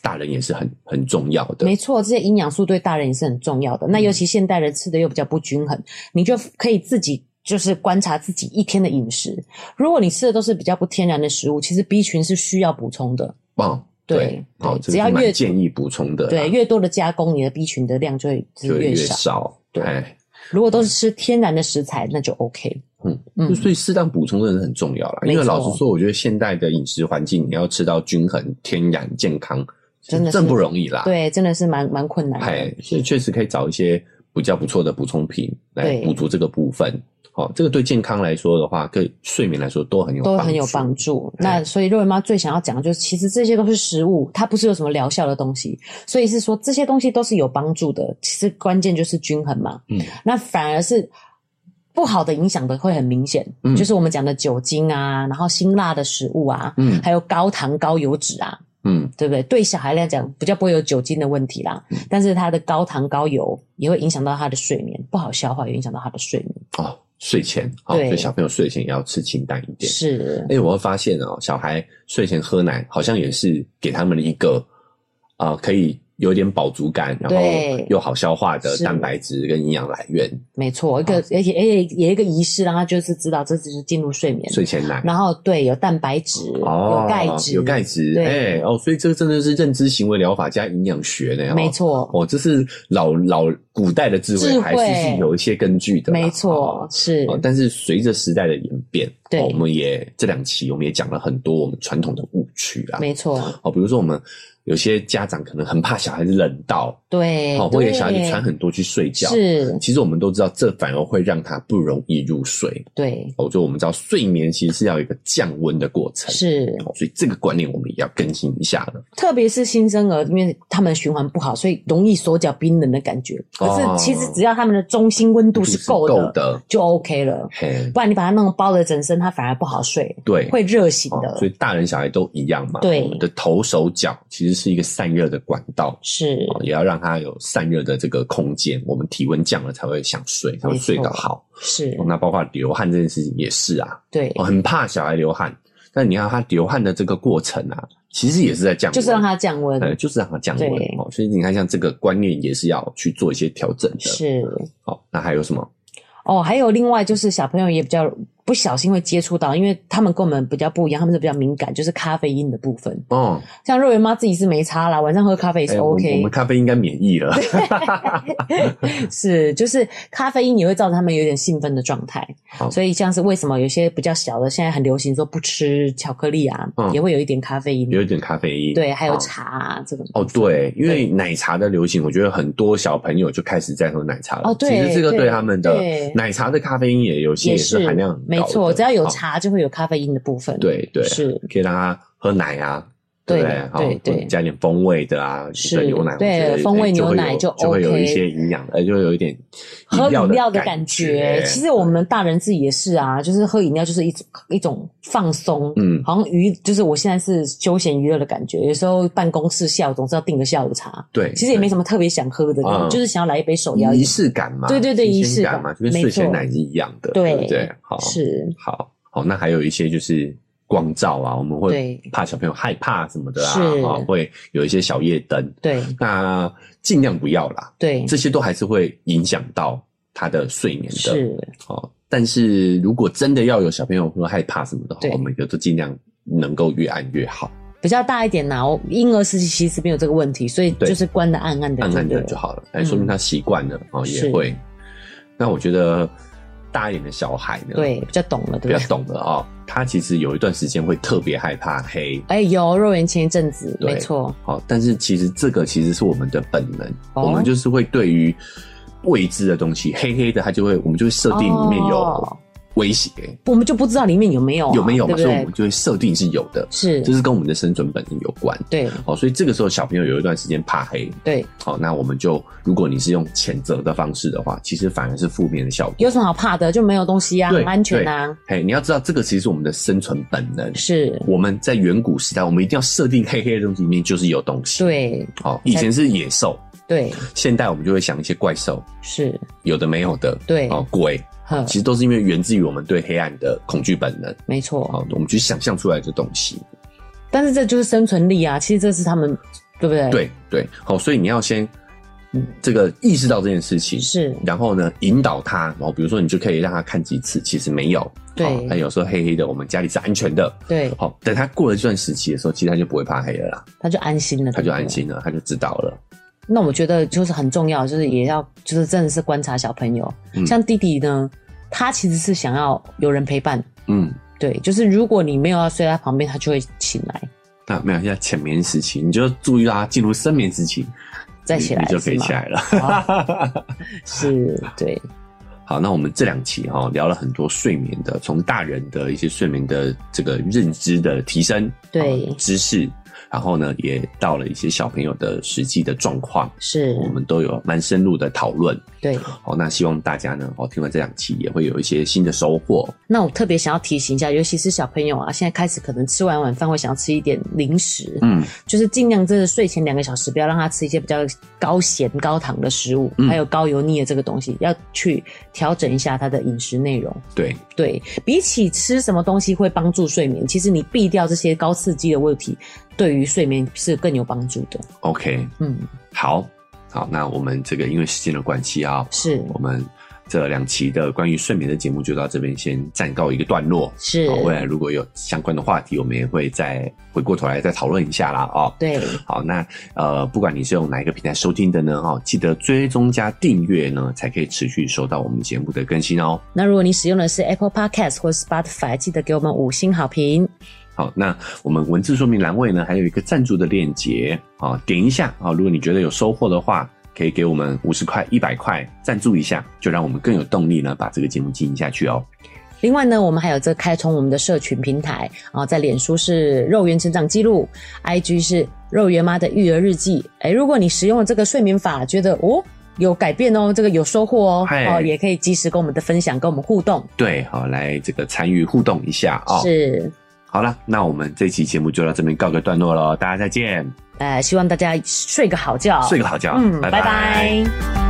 S2: 大人也是很很重要的
S1: 没。错，这些营养素对大人也是很重要的。那尤其现代人吃的又比较不均衡，你就可以自己就是观察自己一天的饮食。如果你吃的都是比较不天然的食物，其实 B 群是需要补充的。
S2: 哦，
S1: 对
S2: 好、哦
S1: 对，只
S2: 这个
S1: 要
S2: 是蛮
S1: 越
S2: 建议补充的啦，啊
S1: 对，越多的加工，你的 B 群的量就会就
S2: 就
S1: 越
S2: 越
S1: 少。
S2: 少，
S1: 对
S2: 哎，
S1: 如果都是吃天然的食材，那就 OK。
S2: 嗯
S1: 嗯，
S2: 所以适当补充真的是很重要啦。
S1: 没错
S2: 因为老实说，我觉得现代的饮食环境，你要吃到均衡、天然、健康，
S1: 真的是
S2: 真不容易啦。，
S1: 对，真的是蛮蛮困难
S2: 哎
S1: 的。，
S2: 所以确实可以找一些比较不错的补充品来
S1: 对
S2: 补足这个部分。好、这个对健康来说的话，对睡眠来说都很有
S1: 都很有帮
S2: 助。
S1: 助。
S2: 对
S1: 那所以肉圆妈最想要讲的就是，其实这些都是食物，它不是有什么疗效的东西，所以是说这些东西都是有帮助的。其实关键就是均衡嘛，
S2: 嗯，
S1: 那反而是。不好的影响的会很明显，
S2: 嗯
S1: 就是我们讲的酒精啊，然后辛辣的食物啊，
S2: 嗯
S1: 还有高糖高油脂啊，
S2: 嗯，
S1: 对不对？对小孩来讲比较不会有酒精的问题啦，但是他的高糖高油也会影响到他的睡眠，不好消化，也影响到他的睡眠。
S2: 哦，睡前，好、
S1: 对
S2: 所以小朋友睡前也要吃清淡一点。
S1: 是，
S2: 哎、我会发现哦，小孩睡前喝奶好像也是给他们一个啊、呃可以有点饱足感，然后
S1: 对
S2: 又好消化的
S1: 是
S2: 蛋白质跟营养来源，
S1: 没
S2: 哦
S1: 错，一个而且而且也一个仪式，让他就是知道这只是进入睡眠。
S2: 睡前奶。
S1: 然后对，有蛋白质，
S2: 哦，
S1: 有钙质，
S2: 有钙质，哎、
S1: 对
S2: 哦，所以这个真的是认知行为疗法加营养学呢、哦，
S1: 没错，
S2: 哦，这是老老古代的智慧，
S1: 智慧
S2: 还是是有一些根据的啦，
S1: 没错
S2: 哦，
S1: 是，
S2: 哦，但是随着时代的演变，
S1: 对
S2: 哦我们也这两期我们也讲了很多我们传统的误区啦，
S1: 没错，
S2: 哦，比如说我们有些家长可能很怕小孩子冷到，
S1: 哎
S2: 哦
S1: 对，
S2: 好，或者小孩
S1: 对
S2: 子穿很多去睡觉。
S1: 是，
S2: 其实我们都知道，这反而会让他不容易入睡。
S1: 对，
S2: 哦，就我们知道，睡眠其实是要有一个降温的过程。
S1: 是，
S2: 哦，所以这个观念我们也要更新一下了。
S1: 特别是新生儿，因为他们循环不好，所以容易手脚冰冷的感觉。可
S2: 哦
S1: 是其实只要他们的中心温度是够的，
S2: 够的，
S1: 就 OK 了。
S2: 嘿，
S1: 不然你把它弄包的整身，它反而不好睡，
S2: 对，
S1: 会热醒
S2: 哦
S1: 的。
S2: 所以大人小孩都一样嘛。
S1: 对
S2: 我们的头手脚其实是一个散热的管道。
S1: 是，
S2: 哦也要让它有散热的这个空间，我们体温降了才会想睡，才会睡得好。
S1: 是
S2: 哦，那包括流汗这件事情也是啊，
S1: 对，
S2: 我很怕小孩流汗，但你看他流汗的这个过程啊，其实也是在降温，
S1: 就是让它降温。
S2: 呃，就是让它降温
S1: 对
S2: 哦。所以你看，像这个观念也是要去做一些调整的。，
S1: 是
S2: 好、那还有什么？
S1: 哦，还有另外就是小朋友也比较不小心会接触到，因为他们跟我们比较不一样，他们是比较敏感，就是咖啡因的部分。
S2: 哦，
S1: 像肉圆妈自己是没差啦，晚上喝咖啡也是
S2: 哎我
S1: OK，、
S2: 们我们咖啡应该免疫 了。
S1: 是，就是咖啡因也会造成他们有点兴奋的状态
S2: 好，
S1: 所以像是为什么有些比较小的现在很流行说不吃巧克力啊，
S2: 嗯
S1: 也会有一点咖啡因，
S2: 有一点咖啡因，
S1: 对，还有
S2: 哦
S1: 茶、啊这种。
S2: 哦，对，因为奶茶的流行，我觉得很多小朋友就开始在喝奶茶了。
S1: 哦对
S2: 其实这个对
S1: 对
S2: 他们的
S1: 对
S2: 奶茶的咖啡因也有些
S1: 也
S2: 是含量很高的
S1: 没错，只要有
S2: 哦
S1: 茶就会有咖啡因的部分。
S2: 对对，
S1: 是，
S2: 可以让他喝奶啊，对不
S1: 对
S2: 对？好
S1: 对对
S2: 或者加点风味的啊，
S1: 是
S2: 一个牛奶，
S1: 对
S2: 我觉得
S1: 风味
S2: 哎
S1: 牛奶
S2: 就
S1: 就
S2: 会有就会有
S1: OK
S2: 一些营养，呃，就会有一点
S1: 喝饮料
S2: 的
S1: 的感觉，其实我们大人自己也是啊，就是喝饮料就是一种一种放松，
S2: 嗯
S1: 好像娱就是我现在是休闲娱乐的感觉。有时候办公室下午总是要订个下午茶，
S2: 对，
S1: 其实也没什么特别想喝的，
S2: 嗯
S1: 就是想要来一杯手摇饮
S2: 仪。式感嘛，
S1: 对对对
S2: 新
S1: 仪
S2: 鲜
S1: 式
S2: 感
S1: 感
S2: 嘛，就跟睡前奶是一样的，
S1: 对
S2: 对不对？好，
S1: 是
S2: 好好，那还有一些就是。光照啊，我们会
S1: 对
S2: 怕小朋友害怕什么的啊，
S1: 是
S2: 啊会有一些小夜灯，
S1: 对
S2: 那尽量不要啦，
S1: 对，
S2: 这些都还是会影响到他的睡眠的。
S1: 是
S2: 哦，但是如果真的要有小朋友会害怕什么的话
S1: 对，
S2: 我们就都尽量能够越暗越好，
S1: 比较大一点啦。我婴儿时期其实没有这个问题，所以
S2: 对
S1: 就是关的暗暗的，
S2: 暗暗
S1: 对
S2: 的
S1: 不对嗯
S2: 就好了。哎，说明他习惯了、哦，也
S1: 是
S2: 会。那我觉得大一点的小孩呢，
S1: 对，比较懂了，
S2: 比
S1: 对
S2: 较
S1: 不对？
S2: 懂了哦，他其实有一段时间会特别害怕黑。
S1: 哎，有肉圆前一阵子，
S2: 对
S1: 没错，
S2: 好，但是其实这个其实是我们的本能，
S1: 哦
S2: 我们就是会对于未知的东西，黑黑的，它就会，我们就会设定里面有
S1: 哦
S2: 威胁，
S1: 我们就不知道里面有没有啊
S2: 有没有嘛？
S1: 对不
S2: 所以我
S1: 对
S2: 们？就会设定是有的，
S1: 是，
S2: 这是跟我们的生存本能有关。
S1: 对
S2: 好，所以这个时候小朋友有一段时间怕黑，
S1: 对，
S2: 好，那我们就如果你是用谴责的方式的话，其实反而是负面的效果。
S1: 有什么好怕的？就没有东西啊，
S2: 对
S1: 很安全啊，
S2: 嘿，你要知道，这个其实是我们的生存本能。
S1: 是，
S2: 我们在远古时代，我们一定要设定黑黑的东西里面就是有东西。，
S1: 对
S2: 好，以前是野兽，
S1: 对
S2: 现代我们就会想一些怪兽，
S1: 是，
S2: 有的没有的，
S1: 对
S2: 哦，鬼，
S1: 呵
S2: 其，实都是因为源自于我们对黑暗的恐惧本能。哦
S1: 没错。
S2: 好，我们去想象出来的东西。
S1: 但是这就是生存力啊，其实这是他们，对不对？，
S2: 对对，好，所以你要先嗯这个意识到这件事情，
S1: 是，
S2: 然后呢，引导他，然后比如说你就可以让他看几次，其实没有，
S1: 对
S2: 好那有时候黑黑的，我们家里是安全的，
S1: 对，
S2: 好，等他过了这段时期的时候，其实他就不会怕黑了啦，
S1: 他就安心了，
S2: 他就
S1: 对不对
S2: 安。心了，他就知道了，
S1: 那我觉得就是很重要，就是也要就是真的是观察小朋友，
S2: 嗯
S1: 像弟弟呢，他其实是想要有人陪伴，
S2: 嗯，
S1: 对，就是如果你没有要睡在他旁边，他就会醒来
S2: 那没有，现在浅眠时期，你就注意到他进入深眠时期，
S1: 再起来，
S2: 你你就可
S1: 是
S2: 以
S1: 吗哦
S2: 起，来了。
S1: 是，对，
S2: 好，那我们这两期哈、聊了很多睡眠的，从大人的一些睡眠的这个认知的提升，
S1: 对
S2: 啊知识，然后呢也到了一些小朋友的实际的状况，
S1: 是，
S2: 我们都有蛮深入的讨论。
S1: 对。
S2: 好，那希望大家呢，哦听完这两期也会有一些新的收获。
S1: 那我特别想要提醒一下，尤其是小朋友啊，现在开始可能吃完晚饭会想要吃一点零食，
S2: 嗯，
S1: 就是尽量真的睡前两个小时不要让他吃一些比较高咸、高糖的食物，
S2: 嗯
S1: 还有高油腻的这个东西，要去调整一下他的饮食内容。
S2: 对，
S1: 对比起吃什么东西会帮助睡眠，其实你避掉这些高刺激的问题，对于睡眠是更有帮助的。
S2: OK，
S1: 嗯，
S2: 好，好，那我们这个因为时间的关系啊，
S1: 是
S2: 我们这两期的关于睡眠的节目就到这边先暂告一个段落。
S1: 是
S2: 好，，未欸来如果有相关的话题，我们也会再回过头来再讨论一下啦。哦，
S1: 对，
S2: 好，那呃，不管你是用哪一个平台收听的呢，哦，记得追踪加订阅呢，才可以持续收到我们节目的更新哦。
S1: 那如果你使用的是 Apple Podcast 或 Spotify，记得给我们五星好评。
S2: 好，那我们文字说明栏位呢，还有一个赞助的链接啊，点一下啊，如果你觉得有收获的话，可以给我们五十块、一百块赞助一下，就让我们更有动力呢，把这个节目经营下去哦。
S1: 另外呢，我们还有这开通我们的社群平台，然后在脸书是肉圆成长记录，IG 是肉圆妈的育儿日记。哎，如果你使用了这个睡眠法，觉得哦有改变哦，这个有收获哦，
S2: 嗨
S1: 哦也可以及时跟我们的分享，跟我们互动。
S2: 对，好，来这个参与互动一下哦。
S1: 是，
S2: 好了，那我们这期节目就到这边告个段落喽，大家再见，
S1: 呃，希望大家睡个好觉，
S2: 睡个好觉，
S1: 嗯，
S2: 拜
S1: 拜拜